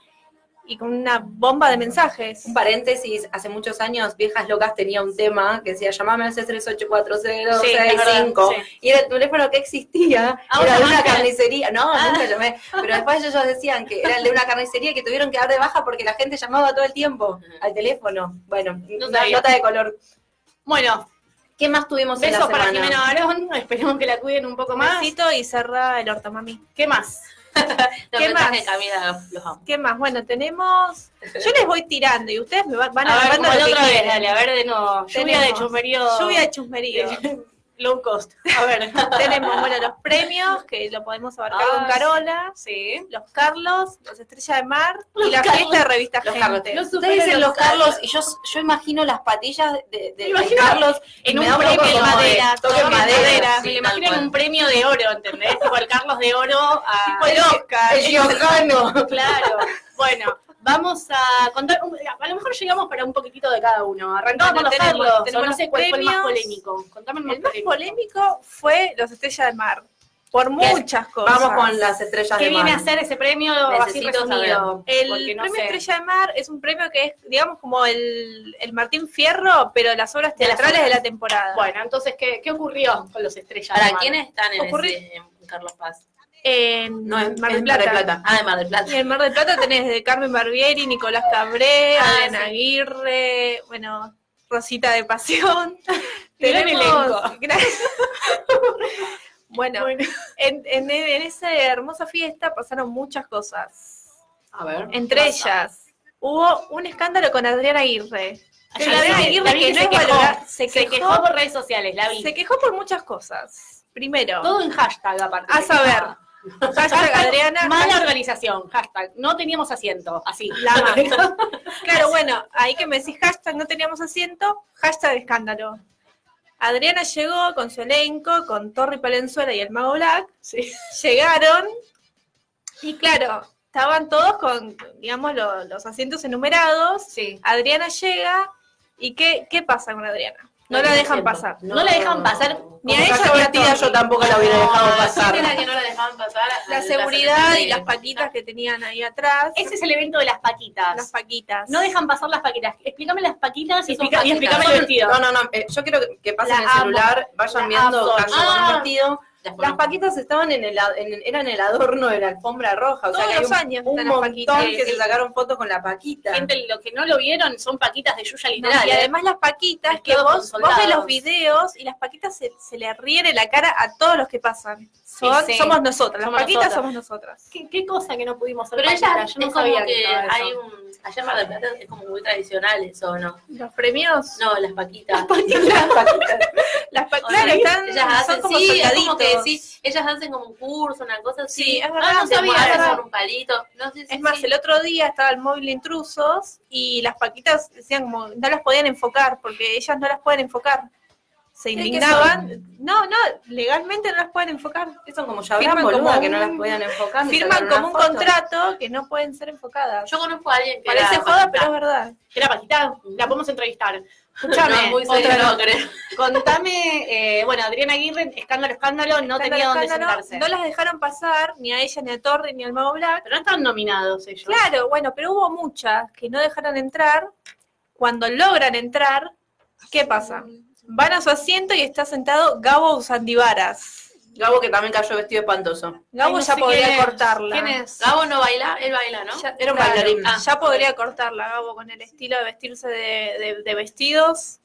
Speaker 6: y con una bomba de mensajes.
Speaker 5: Un paréntesis, hace muchos años Viejas Locas tenía un tema que decía llamame al
Speaker 4: Sí, es verdad,
Speaker 5: 6384065
Speaker 4: sí.
Speaker 5: y era el teléfono que existía,
Speaker 4: Ah,
Speaker 5: era
Speaker 4: una
Speaker 5: de una
Speaker 4: marca. Ah.
Speaker 5: carnicería, no, nunca llamé, pero después ellos decían que era el de una carnicería que tuvieron que dar de baja porque la gente llamaba todo el tiempo al teléfono. Bueno, una
Speaker 4: sabía.
Speaker 5: nota de color.
Speaker 4: Bueno,
Speaker 5: ¿Qué más tuvimos en la
Speaker 4: besos para
Speaker 5: semana?
Speaker 4: Jimena Barón, esperemos que la cuiden un poco más.
Speaker 6: Besito y cerrá el orto, mami.
Speaker 4: ¿Qué más?
Speaker 7: No,
Speaker 6: ¿Qué
Speaker 7: mensaje
Speaker 6: más?
Speaker 7: de Camila, los amo.
Speaker 6: ¿Qué más? Bueno, tenemos. Yo les voy tirando y ustedes me va- van
Speaker 4: A ver,
Speaker 6: agarrando
Speaker 4: como
Speaker 6: lo
Speaker 4: la
Speaker 6: que
Speaker 4: otra vez,
Speaker 6: quieran.
Speaker 4: dale, a ver de nuevo. Lluvia de
Speaker 6: Tenemos
Speaker 4: chusmerío.
Speaker 6: Lluvia de chusmerío. Low cost. A ver, tenemos, bueno, los premios, que lo podemos abarcar
Speaker 5: Ah,
Speaker 6: con Carola,
Speaker 5: Sí.
Speaker 6: los Carlos, los Estrella de Mar y
Speaker 5: Los
Speaker 6: la
Speaker 5: Carlos.
Speaker 6: fiesta de revista
Speaker 5: Los Carlos.
Speaker 6: Gente.
Speaker 5: Ustedes dicen los Carlos y yo, yo imagino las patillas de, de- de Carlos
Speaker 4: en
Speaker 5: me
Speaker 4: un
Speaker 5: da
Speaker 4: premio
Speaker 5: poco
Speaker 4: de
Speaker 5: como
Speaker 4: madera.
Speaker 5: toque
Speaker 4: toque
Speaker 5: madera,
Speaker 4: madera.
Speaker 5: sí,
Speaker 4: Me lo
Speaker 5: tal
Speaker 4: imagino en
Speaker 5: cual.
Speaker 4: un premio de oro, ¿entendés? Tipo el Carlos de Oro a.
Speaker 5: Tipo el
Speaker 4: Oscar.
Speaker 5: el Giojano.
Speaker 4: Claro. Bueno, vamos a contar. un- a lo mejor llegamos para un poquitito de cada uno. Arrancamos
Speaker 6: Bueno,
Speaker 4: con los
Speaker 6: tenemos-
Speaker 4: Carlos.
Speaker 6: tenemos
Speaker 4: o no sé
Speaker 6: los
Speaker 4: cuál fue el más
Speaker 6: premios.
Speaker 4: polémico. Contame el más
Speaker 6: El más
Speaker 4: polémico.
Speaker 6: polémico fue los Estrella de Mar, por muchas cosas.
Speaker 5: Vamos con las estrellas
Speaker 4: ¿Qué
Speaker 5: de
Speaker 4: viene a
Speaker 5: mar.
Speaker 4: ser ese premio así
Speaker 5: Necesito
Speaker 4: resumido?
Speaker 6: El
Speaker 4: Porque no
Speaker 6: premio
Speaker 4: sé.
Speaker 6: Estrella de Mar es un premio que es, digamos, como el, el Martín Fierro, pero de las obras
Speaker 4: De las
Speaker 6: teatrales de
Speaker 4: obras.
Speaker 6: la temporada.
Speaker 4: Bueno, entonces, ¿qué, qué ocurrió con los estrellas?
Speaker 7: ¿Para
Speaker 4: Mar?
Speaker 7: quiénes están en,
Speaker 6: Ocurre-
Speaker 7: ese- en Carlos Paz?
Speaker 6: en
Speaker 5: No, es
Speaker 6: Mar del Plata.
Speaker 7: Ah, en Mar del Plata.
Speaker 6: Y en Mar del Plata tenés de Carmen Barbieri, Nicolás Cabré,
Speaker 7: Ah,
Speaker 6: Adriana
Speaker 7: sí.
Speaker 6: Aguirre, bueno, Rosita de Pasión.
Speaker 4: Gran elenco.
Speaker 6: Gra- bueno,
Speaker 4: Bueno.
Speaker 6: En, en- en esa hermosa fiesta pasaron muchas cosas.
Speaker 7: A ver.
Speaker 6: Entre ellas, hubo un escándalo con Adriana Aguirre.
Speaker 4: Ayer
Speaker 6: Adriana
Speaker 4: sí,
Speaker 6: Aguirre,
Speaker 4: David
Speaker 6: que no
Speaker 4: se
Speaker 6: es
Speaker 4: quejó.
Speaker 6: valorada, se
Speaker 4: Se
Speaker 6: quejó-
Speaker 4: quejó por redes sociales, la vi.
Speaker 6: Se quejó por muchas cosas. Primero,
Speaker 4: Todo en hashtag, aparte.
Speaker 6: a
Speaker 4: se
Speaker 6: saber,
Speaker 4: quejaba.
Speaker 6: hashtag Adriana,
Speaker 4: Mala
Speaker 6: hashtag-
Speaker 4: organización, hashtag. No teníamos asiento, así.
Speaker 6: La mano. Claro, bueno, ahí que me decís hashtag no teníamos asiento, hashtag escándalo. Adriana llegó con su elenco, con Torri Palenzuela y el Mago Black. Llegaron y claro, estaban todos con, digamos, lo- los asientos enumerados.
Speaker 4: Sí.
Speaker 6: Adriana llega y ¿qué, qué pasa con Adriana? No la dejan pasar.
Speaker 4: No la dejan pasar.
Speaker 6: Ni a
Speaker 5: Como
Speaker 6: ella
Speaker 5: está
Speaker 6: ni a
Speaker 5: vestida,
Speaker 6: Torri.
Speaker 5: yo tampoco la hubiera dejado pasar.
Speaker 7: La que no la dejaban pasar.
Speaker 6: La seguridad y las paquitas que tenían ahí atrás.
Speaker 4: Ese es el evento de las paquitas.
Speaker 6: Las paquitas.
Speaker 4: no dejan pasar las paquitas. Explícame las paquitas y,
Speaker 7: son
Speaker 4: explica- y
Speaker 7: paquitas.
Speaker 4: explícame el vestido.
Speaker 5: No, no, no. eh, Yo quiero que- que pasen
Speaker 4: La
Speaker 5: el
Speaker 4: amo.
Speaker 5: celular, vayan
Speaker 4: La
Speaker 5: viendo
Speaker 4: amo.
Speaker 5: caso con
Speaker 4: Ah.
Speaker 5: el vestido. Las
Speaker 7: paquitas.
Speaker 5: paquitas estaban en el, ad- en- eran el adorno de la alfombra roja. O sea,
Speaker 6: Todos
Speaker 5: que hay
Speaker 6: los
Speaker 5: un-
Speaker 6: años
Speaker 5: un,
Speaker 6: están las
Speaker 5: montón
Speaker 6: paquitas. eh,
Speaker 5: que se sacaron fotos con la paquita.
Speaker 4: Gente, lo que no lo vieron son paquitas de Yuya
Speaker 6: No,
Speaker 4: Literal. ¿eh?
Speaker 6: y además las paquitas, que
Speaker 4: Mezclados
Speaker 6: vos,
Speaker 4: con
Speaker 6: vos ves
Speaker 4: soldados.
Speaker 6: los videos y las paquitas se, se le ríen en la cara a todos los que pasan. Son-
Speaker 4: Sí, sí.
Speaker 6: Somos nosotras, las
Speaker 4: Somos
Speaker 6: paquitas
Speaker 4: nosotras.
Speaker 6: somos nosotras.
Speaker 4: ¿Qué, qué cosa que no pudimos hacer
Speaker 7: Pero ella
Speaker 4: paquitas?
Speaker 7: es
Speaker 4: Yo no
Speaker 7: como
Speaker 4: sabía
Speaker 7: que
Speaker 4: estaba eso.
Speaker 7: hay un. Allá en Mar del Plata es como muy tradicional eso, ¿no?
Speaker 6: Los premios,
Speaker 7: No, las paquitas.
Speaker 5: Las paquitas.
Speaker 6: las
Speaker 7: O
Speaker 6: paquitas
Speaker 7: sea,
Speaker 6: están,
Speaker 7: ellas hacen,
Speaker 6: son como
Speaker 7: sí, es
Speaker 6: soldaditos.
Speaker 7: como que decís, ellas hacen como un curso, una cosa así.
Speaker 6: Sí, es verdad,
Speaker 7: Ah, no
Speaker 6: se
Speaker 7: sabía,
Speaker 6: mueven.
Speaker 7: hacen con un palito. No sé si
Speaker 6: Es más, el otro día estaba el móvil de intrusos y las paquitas decían como no las podían enfocar porque ellas no las pueden enfocar. Se
Speaker 5: ¿Qué- qué
Speaker 6: indignaban. No, no, legalmente no las pueden enfocar.
Speaker 5: Que Son como ya
Speaker 6: Firman
Speaker 5: boluda,
Speaker 6: como
Speaker 5: que no
Speaker 6: un-
Speaker 5: las podían enfocar. ni
Speaker 6: Firman
Speaker 5: sacar una
Speaker 6: como un
Speaker 5: foto.
Speaker 6: contrato que no pueden ser enfocadas.
Speaker 7: Yo conozco a alguien que
Speaker 6: Parece
Speaker 7: era
Speaker 6: joda,
Speaker 7: paquita.
Speaker 6: pero es verdad.
Speaker 4: ¿Era paquita? La podemos entrevistar. Escuchame.
Speaker 7: No, muy
Speaker 4: otra
Speaker 7: serio,
Speaker 4: no.
Speaker 7: no creo.
Speaker 4: Contame, eh, bueno, Adriana Aguirre, escándalo, escándalo, no tenía dónde
Speaker 6: Escándalo,
Speaker 4: sentarse.
Speaker 6: No las dejaron pasar ni a ella, ni a Torre, ni al Mago Black.
Speaker 4: Pero no estaban nominados ellos.
Speaker 6: Claro, bueno, pero hubo muchas que no dejaron entrar. Cuando logran entrar, ¿qué pasa? Van a su asiento y está sentado Gabo Usandivaras.
Speaker 5: Gabo que también cayó vestido espantoso.
Speaker 6: Gabo
Speaker 4: no
Speaker 6: ya
Speaker 4: sé
Speaker 6: podría
Speaker 4: quién es.
Speaker 6: cortarla.
Speaker 4: ¿Quién es?
Speaker 7: Gabo no baila, él baila, ¿no?
Speaker 6: Ya,
Speaker 5: Era un
Speaker 6: claro,
Speaker 5: bailarín.
Speaker 6: ah, ya podría cortarla, Gabo, con el estilo de vestirse de- de- de vestidos.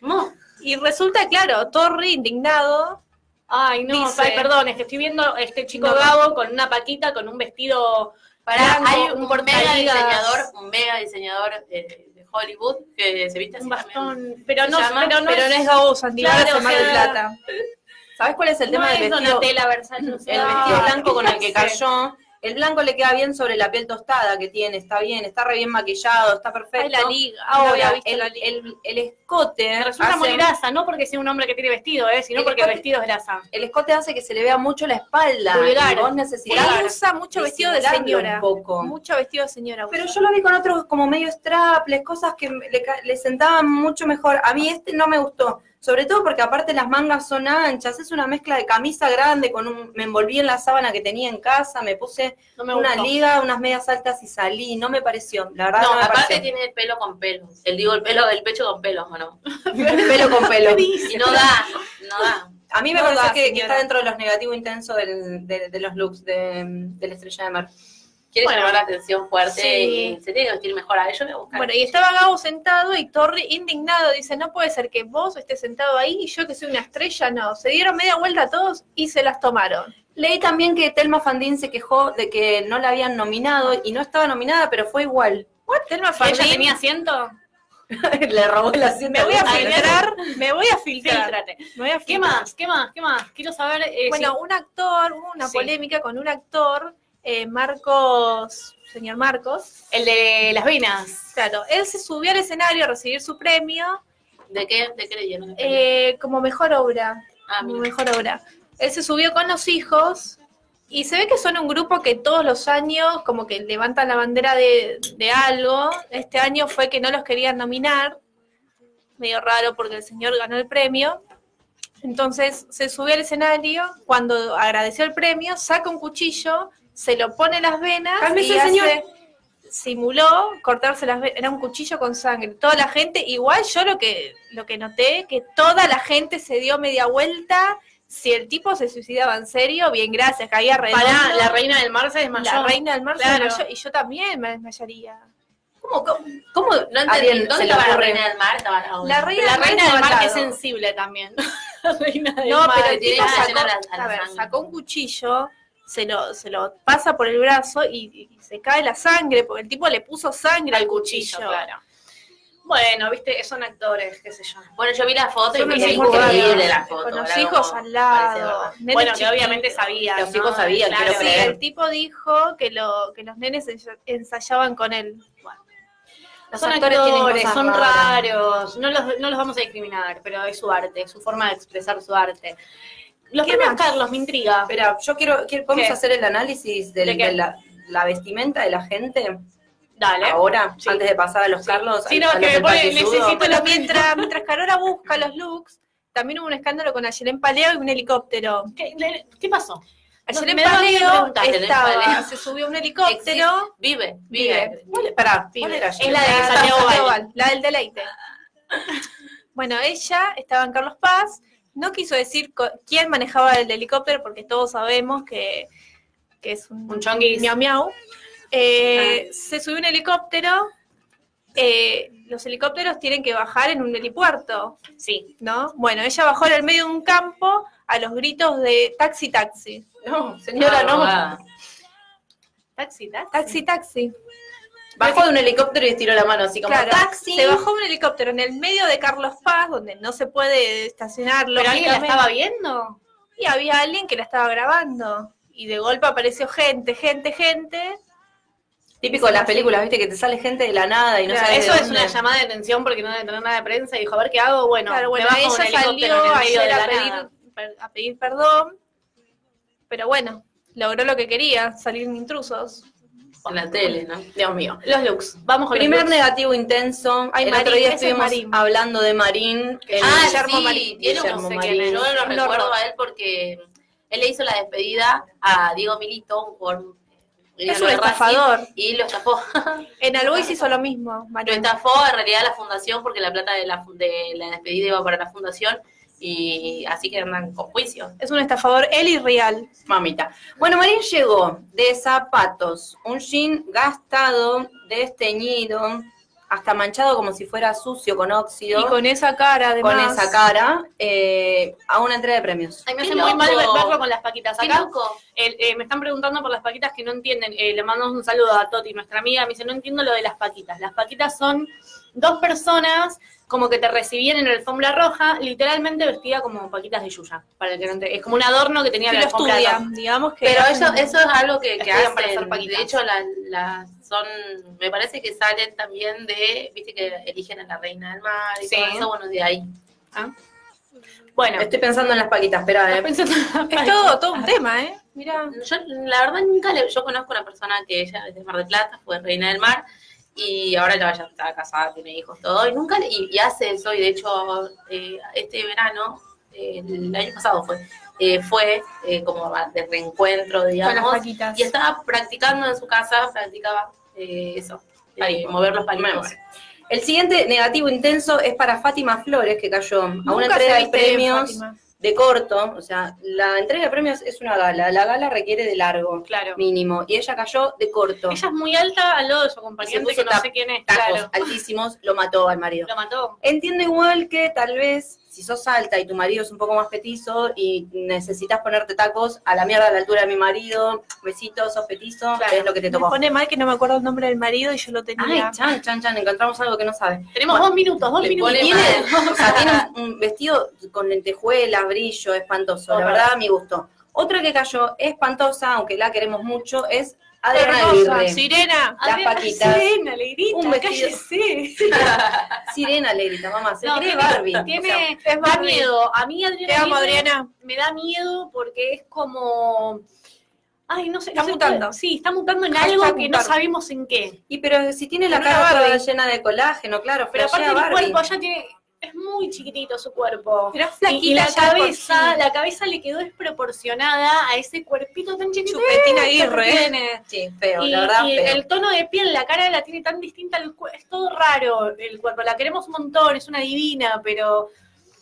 Speaker 7: No.
Speaker 6: Y resulta, claro, Torri indignado,
Speaker 4: Ay, no,
Speaker 6: Dice-
Speaker 4: ay, perdón, es que estoy viendo a este chico
Speaker 6: No.
Speaker 4: Gabo con una paquita, con un vestido
Speaker 7: Pará,
Speaker 4: blanco,
Speaker 7: hay un, mega
Speaker 4: portaligas,
Speaker 7: diseñador, un mega diseñador eh, de Hollywood que se viste así
Speaker 4: un
Speaker 7: también.
Speaker 4: bastón, pero
Speaker 7: Se
Speaker 4: no,
Speaker 7: llama,
Speaker 4: pero no
Speaker 6: pero
Speaker 4: es,
Speaker 6: no es Gabo Usandivaras
Speaker 4: Claro,
Speaker 6: de Mar
Speaker 4: o
Speaker 6: del
Speaker 4: sea,
Speaker 6: Plata.
Speaker 5: ¿Sabes cuál es el tema del vestido?
Speaker 4: Donatella Versace. o
Speaker 5: El
Speaker 4: sea,
Speaker 5: vestido
Speaker 6: Ah,
Speaker 4: ay,
Speaker 5: blanco con el
Speaker 4: no
Speaker 5: que
Speaker 4: sé.
Speaker 5: cayó. El blanco le queda bien sobre la piel tostada que tiene, está bien, está re bien maquillado, está perfecto.
Speaker 6: Ay, la liga. no había
Speaker 5: Ahora,
Speaker 6: visto
Speaker 5: el,
Speaker 6: la liga.
Speaker 5: el- el escote
Speaker 4: Me resulta
Speaker 5: hace-
Speaker 4: muy grasa, no porque sea un hombre que tiene vestido, Ah, eh, sino
Speaker 5: El
Speaker 4: porque el
Speaker 5: escote-
Speaker 4: vestido es grasa.
Speaker 5: el escote hace que se le vea mucho la espalda.
Speaker 4: Pulgar.
Speaker 5: Y vos
Speaker 6: Él
Speaker 5: necesitas
Speaker 6: usa mucho vestido de
Speaker 5: disimularlo
Speaker 6: señora.
Speaker 5: un poco.
Speaker 6: Mucho vestido de señora.
Speaker 5: Pero
Speaker 6: usa.
Speaker 5: yo lo vi con otros como medio strapless, cosas que le, ca- le sentaban mucho mejor. A mí este no me gustó, sobre todo porque aparte las mangas son anchas, es una mezcla de camisa grande con un... Me envolví en la sábana que tenía en casa, me puse
Speaker 4: No me
Speaker 5: una
Speaker 4: gustó.
Speaker 5: liga, unas medias altas y salí. No me pareció, la verdad
Speaker 7: No,
Speaker 5: no, me
Speaker 7: aparte
Speaker 5: pareció.
Speaker 7: tiene el pelo con pelo. El digo el pelo, el pecho con pelos, ¿o no?
Speaker 5: Pelo con pelo.
Speaker 7: Y no da, no da.
Speaker 5: A mí me
Speaker 6: No
Speaker 5: pareció
Speaker 6: da,
Speaker 5: que, que
Speaker 6: señora.
Speaker 5: está dentro de los negativos intensos del- de, de los looks de, de la estrella de mar.
Speaker 7: Quiere
Speaker 4: Bueno.
Speaker 7: llamar la atención fuerte
Speaker 6: Sí.
Speaker 7: y se tiene que vestir mejor a ellos. Voy a buscar.
Speaker 6: Bueno, y estaba Gabo sentado y Torri indignado. Dice, no puede ser que vos estés sentado ahí y yo que soy una estrella, no. Se dieron media vuelta a todos y se las tomaron.
Speaker 5: Leí también que Telma Fandín se quejó de que no la habían nominado y no estaba nominada, pero fue igual.
Speaker 6: Telma
Speaker 4: ¿Ella
Speaker 6: Fandín,
Speaker 4: tenía asiento?
Speaker 5: Le robó la
Speaker 6: Me
Speaker 5: asiento.
Speaker 6: voy a
Speaker 4: Ay,
Speaker 6: filtrar, me voy a filtrar.
Speaker 4: Filtrate.
Speaker 6: me voy a
Speaker 4: ¿Qué
Speaker 6: filtrar.
Speaker 4: más? ¿Qué más? ¿Qué más? Quiero saber. eh,
Speaker 6: Bueno, un actor, hubo una
Speaker 4: Sí.
Speaker 6: polémica con un actor, eh, Marcos, señor Marcos.
Speaker 4: si- el de las venas.
Speaker 6: Claro, él se subió al escenario a recibir su premio
Speaker 7: ¿De qué, de qué leyeron?
Speaker 6: eh, como mejor obra.
Speaker 7: ah,
Speaker 6: como
Speaker 7: mira.
Speaker 6: mejor obra. Él se subió con los hijos y se ve que son un grupo que todos los años como que levantan la bandera de, de algo. Este año fue que no los querían nominar. Medio raro porque el señor ganó el premio. Entonces se subió al escenario, cuando agradeció el premio, saca un cuchillo, se lo pone en las venas
Speaker 5: Cálmese,
Speaker 6: y hace-
Speaker 5: señor.
Speaker 6: simuló cortarse las venas, era un cuchillo con sangre. Toda la gente, igual yo lo que, lo que noté, que toda la gente se dio media vuelta. Si el tipo se suicidaba en serio, bien, gracias, caía redondo.
Speaker 4: Pará, la reina del mar se
Speaker 6: La
Speaker 4: desmayó.
Speaker 6: reina del mar se
Speaker 4: Claro.
Speaker 6: desmayó, y yo también me desmayaría.
Speaker 5: ¿Cómo, cómo,
Speaker 7: ¿Cómo? No entendí.
Speaker 5: Alguien se
Speaker 7: ¿Dónde
Speaker 5: le
Speaker 7: estaba la
Speaker 5: ocurre.
Speaker 7: reina del mar? Estaba la
Speaker 6: La reina,
Speaker 4: La reina del mar es
Speaker 6: matado.
Speaker 4: sensible también. La reina del
Speaker 6: No,
Speaker 4: mar.
Speaker 6: pero el
Speaker 7: tiene
Speaker 6: tipo
Speaker 7: que
Speaker 6: sacó,
Speaker 7: llenar a- a
Speaker 6: a
Speaker 7: la
Speaker 6: ver,
Speaker 7: sangre.
Speaker 6: sacó un cuchillo, se lo, se lo pasa por el brazo y, y se cae la sangre, porque el tipo le puso sangre al cuchillo.
Speaker 4: claro. Bueno, viste, son actores, qué sé yo.
Speaker 7: Bueno, yo vi la foto y
Speaker 6: Yo me
Speaker 7: me quedé
Speaker 6: acuerdo
Speaker 7: increíble
Speaker 6: de-
Speaker 7: la foto.
Speaker 6: Con los
Speaker 7: era
Speaker 6: hijos
Speaker 7: como-
Speaker 6: al lado.
Speaker 7: parecía-
Speaker 6: nenes
Speaker 4: bueno,
Speaker 6: chiquitos.
Speaker 4: que obviamente sabían.
Speaker 7: Los
Speaker 4: ¿no?
Speaker 7: hijos sabían,
Speaker 4: Claro,
Speaker 7: pero
Speaker 6: Sí,
Speaker 7: creer.
Speaker 6: el tipo dijo que, lo, que los nenes ens- ensayaban con él.
Speaker 5: Los
Speaker 4: son
Speaker 5: actores
Speaker 4: actores,
Speaker 5: tienen cosas
Speaker 4: son
Speaker 5: raras.
Speaker 4: raros, no los, no los vamos a discriminar, pero es su arte, es su forma de expresar su arte. Los
Speaker 6: ¿Qué
Speaker 4: premios
Speaker 6: más?
Speaker 4: Carlos me intriga.
Speaker 5: Espera, yo quiero, quiero ¿podemos
Speaker 4: ¿Qué?
Speaker 5: hacer el análisis del-
Speaker 4: ¿De
Speaker 5: de,
Speaker 4: qué?
Speaker 5: la, la vestimenta de la gente
Speaker 4: Dale.
Speaker 5: ahora,
Speaker 4: Sí.
Speaker 5: antes de pasar a los Carlos.
Speaker 4: Sí,
Speaker 5: a-
Speaker 4: no,
Speaker 5: a
Speaker 4: que
Speaker 5: los
Speaker 4: me
Speaker 5: del
Speaker 4: pone-
Speaker 5: paquisudo?
Speaker 4: necesito-
Speaker 6: Bueno, mientras, mientras Carola busca los looks, también hubo un escándalo con Ayelen Paleo y un helicóptero.
Speaker 4: ¿Qué, le- qué pasó?
Speaker 6: Ayelen
Speaker 4: me daba miedo
Speaker 6: Paleo
Speaker 4: preguntar,
Speaker 7: Ayelen
Speaker 6: estaba,
Speaker 7: Paleo.
Speaker 6: se subió a un helicóptero.
Speaker 7: Vive,
Speaker 5: Vive.
Speaker 7: vive.
Speaker 5: ¿Cuál es- pará, ¿cuál
Speaker 6: Vive.
Speaker 5: era?
Speaker 4: Es la de
Speaker 6: eh, La-
Speaker 4: Santiago
Speaker 6: Santiago
Speaker 4: Val.
Speaker 6: Val, la del deleite. Bueno, ella estaba en Carlos Paz, no quiso decir co- quién manejaba el helicóptero porque todos sabemos que, que es un,
Speaker 4: Un chonguis.
Speaker 6: miau miau. Eh, se subió un helicóptero. eh, los helicópteros tienen que bajar en un helipuerto,
Speaker 4: Sí.
Speaker 6: ¿no? Bueno, ella bajó en el medio de un campo a los gritos de taxi, taxi.
Speaker 5: No, señora, no.
Speaker 7: Abogada.
Speaker 4: Taxi, taxi.
Speaker 6: Taxi, taxi.
Speaker 5: Bajó de un helicóptero y estiró la mano así como
Speaker 6: Claro,
Speaker 5: taxi.
Speaker 6: Se bajó un helicóptero en el medio de Carlos Paz, donde no se puede estacionar.
Speaker 4: ¿Pero alguien la
Speaker 6: lógicamente.
Speaker 4: estaba viendo?
Speaker 6: Y había alguien que la estaba grabando. Y de golpe apareció gente, gente, gente.
Speaker 5: Típico de las películas, viste, que te sale gente de la nada y no
Speaker 6: Claro,
Speaker 5: sabes
Speaker 4: Eso
Speaker 5: de
Speaker 4: es
Speaker 5: dónde.
Speaker 4: una llamada de atención porque no debe tener nada de prensa y dijo, a ver qué hago. Bueno,
Speaker 6: claro, bueno,
Speaker 4: me bajo de un
Speaker 6: ella
Speaker 4: helicóptero en
Speaker 6: salió
Speaker 4: el medio de
Speaker 6: ayer
Speaker 4: la
Speaker 6: a
Speaker 4: nada.
Speaker 6: pedir, per- a pedir perdón. Pero bueno, logró lo que quería, salir de intrusos.
Speaker 7: En la tele, ¿no?
Speaker 4: Dios mío. Los looks. Vamos con
Speaker 5: Primer
Speaker 4: los looks.
Speaker 5: negativo intenso.
Speaker 6: Ay,
Speaker 5: el
Speaker 6: Marín,
Speaker 5: otro día
Speaker 6: ese es
Speaker 5: estuvimos
Speaker 6: Marín.
Speaker 5: hablando de Marín. el-
Speaker 7: ah,
Speaker 6: Guillermo
Speaker 7: sí,
Speaker 6: Marín.
Speaker 7: tiene un
Speaker 5: Guillermo
Speaker 7: no sé
Speaker 5: Marín.
Speaker 7: qué, Yo lo
Speaker 6: Un
Speaker 7: recuerdo
Speaker 6: horror.
Speaker 7: a él porque él le hizo la despedida a Diego Milito, un jugador- eh,
Speaker 6: Es
Speaker 7: ídolo
Speaker 6: un
Speaker 7: de Racing,
Speaker 6: estafador.
Speaker 7: Y lo estafó.
Speaker 6: En Albois hizo lo mismo,
Speaker 7: lo
Speaker 6: Mario.
Speaker 7: estafó en realidad la fundación porque la plata de la, fun- de la despedida iba para la fundación y así que andan con juicio.
Speaker 6: Es un estafador, él y Real.
Speaker 5: Mamita. Bueno, Marín llegó de zapatos, un jean gastado, desteñido, hasta manchado como si fuera sucio con óxido,
Speaker 6: Y con esa cara, además.
Speaker 5: con esa cara, eh, a una entrega de premios.
Speaker 7: Ay, me
Speaker 4: Qué
Speaker 7: hace
Speaker 4: loco.
Speaker 7: muy mal
Speaker 4: verlo con las paquitas
Speaker 7: Qué
Speaker 4: acá.
Speaker 7: loco.
Speaker 4: El- eh, me están preguntando por las paquitas que no entienden. Eh, le mandamos un saludo a Toti, nuestra amiga. Me dice, no entiendo lo de las paquitas. Las paquitas son dos personas como que te recibían en la alfombra roja, literalmente vestida como paquitas de Yuya. Para el que no ente- es como un adorno que tenía
Speaker 6: Sí
Speaker 4: la
Speaker 6: lo
Speaker 4: alfombra roja.
Speaker 6: estudian, digamos que.
Speaker 7: Pero
Speaker 6: hacen-
Speaker 7: eso, eso es algo que, que
Speaker 4: Estudian para hacer
Speaker 7: hacen.
Speaker 4: paquitas.
Speaker 7: De hecho, las las son, me parece que salen también de, viste que eligen a la reina del mar y
Speaker 4: Sí.
Speaker 7: todo eso, bueno, de ahí.
Speaker 4: Bueno,
Speaker 5: Estoy pensando en las paquitas, espera,
Speaker 4: estás
Speaker 5: eh.
Speaker 4: pensando en las
Speaker 6: Es
Speaker 4: paquitas.
Speaker 6: todo, todo un tema, ¿eh? Mira.
Speaker 7: Yo, la verdad, nunca le, yo conozco una persona que ella es de Mar del Plata, fue reina del mar, y ahora ya, ya está casada, tiene hijos, todo, y nunca, le- y, y hace eso, y de hecho, eh, este verano, eh, el año pasado fue, eh, fue eh, como de reencuentro,
Speaker 6: Con las
Speaker 7: digamos,
Speaker 6: paquitas.
Speaker 7: y estaba practicando en su casa, practicaba eh, eso, eh,
Speaker 5: Palitos.
Speaker 7: mover los
Speaker 5: Me
Speaker 7: palitos.
Speaker 5: muero. El siguiente negativo intenso es para Fátima Flores, que cayó a una
Speaker 6: Nunca se
Speaker 5: entrega de
Speaker 6: viste bien,
Speaker 5: premios
Speaker 6: Fátima.
Speaker 5: de corto, o sea, la entrega de premios es una gala, la gala requiere de largo
Speaker 4: Claro.
Speaker 5: mínimo, y ella cayó de corto.
Speaker 4: Ella es muy alta al lado de su acompañante,
Speaker 5: Y se
Speaker 4: que
Speaker 5: puso
Speaker 4: no
Speaker 5: tap-
Speaker 4: sé quién es.
Speaker 5: Tacos
Speaker 4: Claro.
Speaker 5: altísimos, lo mató al marido.
Speaker 4: Lo mató.
Speaker 5: Entiendo igual que tal vez si sos alta y tu marido es un poco más petizo y necesitas ponerte tacos a la mierda a la altura de mi marido, besitos, sos petizo,
Speaker 4: Claro.
Speaker 5: es lo que te
Speaker 6: Me
Speaker 5: tocó.
Speaker 6: pone mal que no me acuerdo el nombre del marido y yo lo
Speaker 5: Ay,
Speaker 6: tenía.
Speaker 5: chan, chan, chan, encontramos algo que no sabe.
Speaker 4: Tenemos
Speaker 5: Bueno,
Speaker 4: dos minutos, dos
Speaker 7: le
Speaker 4: minutos.
Speaker 7: pone
Speaker 5: Y
Speaker 4: Y
Speaker 5: tiene,
Speaker 4: tiene-
Speaker 5: o sea, tiene un, un vestido con lentejuelas, brillo, espantoso. la
Speaker 4: Ojalá.
Speaker 5: verdad, me gustó. Otra que cayó espantosa, aunque la queremos mucho, es Adriana
Speaker 4: Hermosa,
Speaker 5: Aguirre.
Speaker 6: Sirena.
Speaker 5: Las
Speaker 4: Adriana,
Speaker 5: paquitas.
Speaker 4: Sirena, le grita,
Speaker 5: Un vestido.
Speaker 4: cállese.
Speaker 5: Sirena le grita, mamá, se
Speaker 4: No,
Speaker 5: cree
Speaker 4: tiene-
Speaker 5: Barbie.
Speaker 4: Tiene,
Speaker 5: O sea,
Speaker 4: da
Speaker 6: es Barbie.
Speaker 4: miedo. A mí
Speaker 6: Te
Speaker 4: Adriana,
Speaker 6: amo,
Speaker 4: Aguirre
Speaker 6: Adriana.
Speaker 4: me da miedo porque es como... Ay, no sé.
Speaker 6: Está
Speaker 4: no sé
Speaker 6: mutando.
Speaker 4: qué- Sí, está mutando en
Speaker 6: Está
Speaker 4: algo que no
Speaker 6: mutando.
Speaker 4: sabemos en qué.
Speaker 5: y pero si tiene la
Speaker 6: Pero una
Speaker 5: cara toda
Speaker 6: Barbie.
Speaker 5: llena de colágeno, claro,
Speaker 4: Pero aparte
Speaker 5: flashea
Speaker 4: el
Speaker 5: Barbie.
Speaker 4: cuerpo, ella tiene... Es muy chiquitito su cuerpo.
Speaker 6: Pero es
Speaker 4: Y, y la
Speaker 6: ya de por
Speaker 4: cabeza,
Speaker 6: sí.
Speaker 4: la cabeza le quedó desproporcionada a ese cuerpito tan chiquito
Speaker 6: Chupetina
Speaker 4: que
Speaker 6: Aguirre.
Speaker 4: tiene.
Speaker 5: Sí, feo,
Speaker 4: Y,
Speaker 5: la verdad,
Speaker 4: y
Speaker 5: feo.
Speaker 4: el tono de piel, la cara la tiene tan distinta, al cue- es todo raro el cuerpo. La queremos un montón, es una divina, pero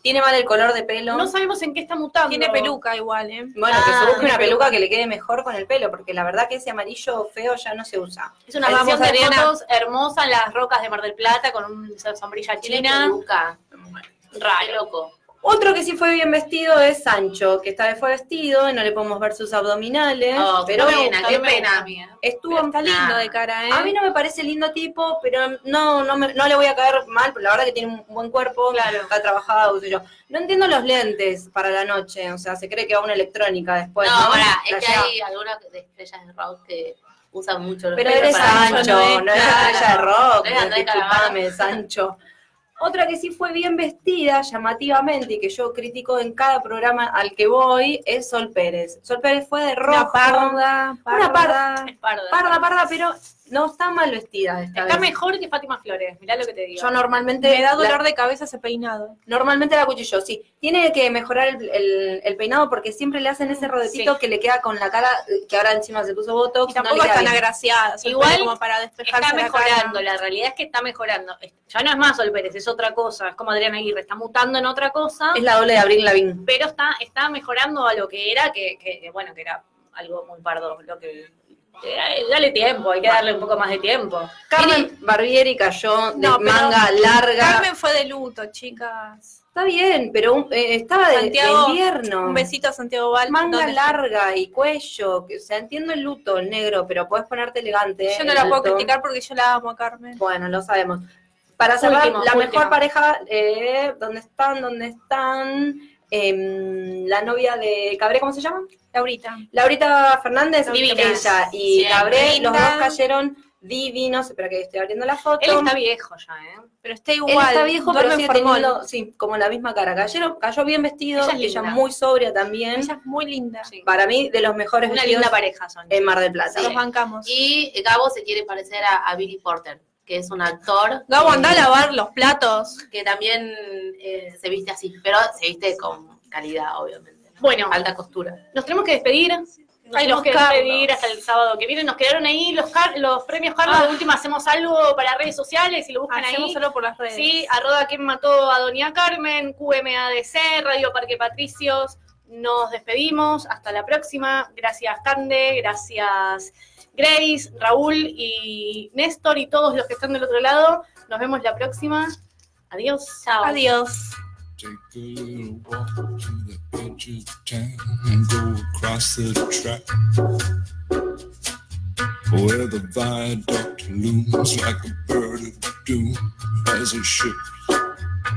Speaker 5: Tiene mal el color de pelo.
Speaker 4: no, sabemos en qué está mutando.
Speaker 6: Tiene peluca igual, ¿eh?
Speaker 5: Bueno, que
Speaker 4: Ah,
Speaker 5: se busque una
Speaker 4: tiene
Speaker 5: peluca que le quede mejor con el pelo, porque la verdad que ese amarillo feo ya no se usa.
Speaker 4: Es una
Speaker 6: Vamos,
Speaker 4: versión de
Speaker 6: Adriana.
Speaker 4: fotos hermosa en las rocas de Mar del Plata con una sombrilla
Speaker 7: Tiene
Speaker 4: china.
Speaker 7: peluca. Qué
Speaker 4: Raro.
Speaker 7: loco.
Speaker 5: Otro que sí fue bien vestido es Sancho, que esta vez fue vestido, no le podemos ver sus abdominales,
Speaker 7: Oh, qué
Speaker 5: ¿Eh? pero
Speaker 7: pena, qué pena.
Speaker 5: estuvo
Speaker 6: Pero está lindo
Speaker 7: nah.
Speaker 6: de cara, ¿eh?
Speaker 5: A mí no me parece lindo tipo, pero no, no, me- no le voy a caer mal, pero la verdad que tiene un buen cuerpo, está trabajado, qué sé yo. No entiendo los lentes para la noche, o sea, se cree que va una electrónica después.
Speaker 7: no, pará,
Speaker 5: La
Speaker 7: es que
Speaker 5: lleva.
Speaker 7: hay algunas de estrellas de rock que usan mucho los
Speaker 5: Pero
Speaker 7: pelos
Speaker 5: eres
Speaker 7: para-
Speaker 5: Sancho, no,
Speaker 7: no
Speaker 5: eres
Speaker 7: claro.
Speaker 5: estrella de rock,
Speaker 7: No eres Andrés
Speaker 5: disculpame, Sancho. Otra que sí fue bien vestida, llamativamente, y que yo critico en cada programa al que voy, es Sol Pérez. Sol Pérez fue de rojo.
Speaker 6: Una parda, parda.
Speaker 5: Una parda.
Speaker 4: Es parda.
Speaker 5: Parda, parda, pero no está mal vestida esta
Speaker 4: Está
Speaker 5: vez.
Speaker 4: mejor que Fátima Flores, mirá lo que te digo.
Speaker 5: Yo normalmente...
Speaker 6: Me
Speaker 5: la-
Speaker 6: da dolor de cabeza ese peinado.
Speaker 5: Normalmente la cuchillo, sí. Tiene que mejorar el, el- el peinado porque siempre le hacen
Speaker 6: Mm,
Speaker 5: ese rodetito
Speaker 4: Sí.
Speaker 5: que le queda con la cara, eh, que ahora encima se puso botox. no
Speaker 6: Y tampoco
Speaker 5: le queda
Speaker 6: están
Speaker 5: bien.
Speaker 6: agraciadas. el
Speaker 4: Igual
Speaker 6: pelo como para despejarse
Speaker 4: Está
Speaker 6: la cara.
Speaker 4: mejorando, la realidad es que está mejorando. Ya no es más Sol Pérez, es otra cosa, es como Adriana Aguirre, está mutando en otra cosa,
Speaker 5: Es la doble de Abril Lavín.
Speaker 4: pero está, está mejorando a lo que era, que, que, bueno, que era algo muy pardo, lo que era- dale tiempo, hay que darle un poco más de tiempo.
Speaker 5: Carmen Barbieri cayó de
Speaker 6: No, pero-
Speaker 5: manga larga.
Speaker 6: Carmen fue de luto, chicas.
Speaker 5: Está bien, pero un- eh, estaba de, de
Speaker 6: Santiago,
Speaker 5: invierno.
Speaker 6: Un besito a Santiago Val.
Speaker 5: Manga
Speaker 6: ¿dónde
Speaker 5: larga y cuello. que- O sea, entiendo el luto, el negro, pero puedes ponerte elegante. eh,
Speaker 6: está? Yo no
Speaker 5: el
Speaker 6: la puedo
Speaker 5: luto.
Speaker 6: criticar porque yo la amo a Carmen.
Speaker 5: Bueno, lo sabemos. Para cerrar,
Speaker 4: Último,
Speaker 5: la
Speaker 4: último.
Speaker 5: mejor pareja, eh, ¿dónde están? ¿Dónde están? Em, la novia de Cabré, ¿cómo se llama?
Speaker 6: Laurita.
Speaker 5: Laurita Fernández,
Speaker 4: Divinas.
Speaker 5: ella y
Speaker 7: Siempre.
Speaker 5: Cabré, los dos
Speaker 6: Linda.
Speaker 5: cayeron divinos. Espera que estoy abriendo la foto.
Speaker 4: Él está viejo ya, ¿eh?
Speaker 6: Pero está
Speaker 5: Él
Speaker 6: igual.
Speaker 5: está viejo, pero
Speaker 6: duerme
Speaker 5: sigue
Speaker 6: enfermón.
Speaker 5: teniendo, sí, como la misma cara. Cayó, cayó bien vestido,
Speaker 4: Ella
Speaker 5: ella,
Speaker 4: es linda.
Speaker 5: muy sobria también.
Speaker 6: Ella es muy linda.
Speaker 4: Sí.
Speaker 5: Para mí, de los mejores
Speaker 4: Una
Speaker 5: vestidos
Speaker 4: linda pareja son.
Speaker 5: en Mar del Plata.
Speaker 6: Los bancamos.
Speaker 7: Y Gabo se quiere parecer a, a Billy Porter, que es un actor.
Speaker 6: Gabo,
Speaker 7: que-
Speaker 6: anda a lavar los platos.
Speaker 7: Que también eh, se viste así, pero se viste con calidad, obviamente. ¿no?
Speaker 4: Bueno,
Speaker 7: Alta costura.
Speaker 4: nos tenemos que despedir. Nos
Speaker 6: Ay,
Speaker 4: tenemos
Speaker 6: los
Speaker 4: que
Speaker 6: Carlos.
Speaker 4: despedir hasta el sábado que viene. Nos quedaron ahí los, car- los premios Carlos. De última hacemos algo para redes sociales y lo buscan
Speaker 6: Hacemos
Speaker 4: ahí.
Speaker 6: solo por las redes.
Speaker 4: Sí, arroba quien mató a Doña Carmen, QMADC, Radio Parque Patricios. Nos despedimos, hasta la próxima. Gracias, Cande, gracias, Grace, Raúl y Néstor y todos los que están del otro lado. Nos vemos la próxima. Adiós. Chao.
Speaker 6: Adiós.
Speaker 11: Take a little walk to the edge of town and go across the track where the viaduct looms like a bird of doom as it shifts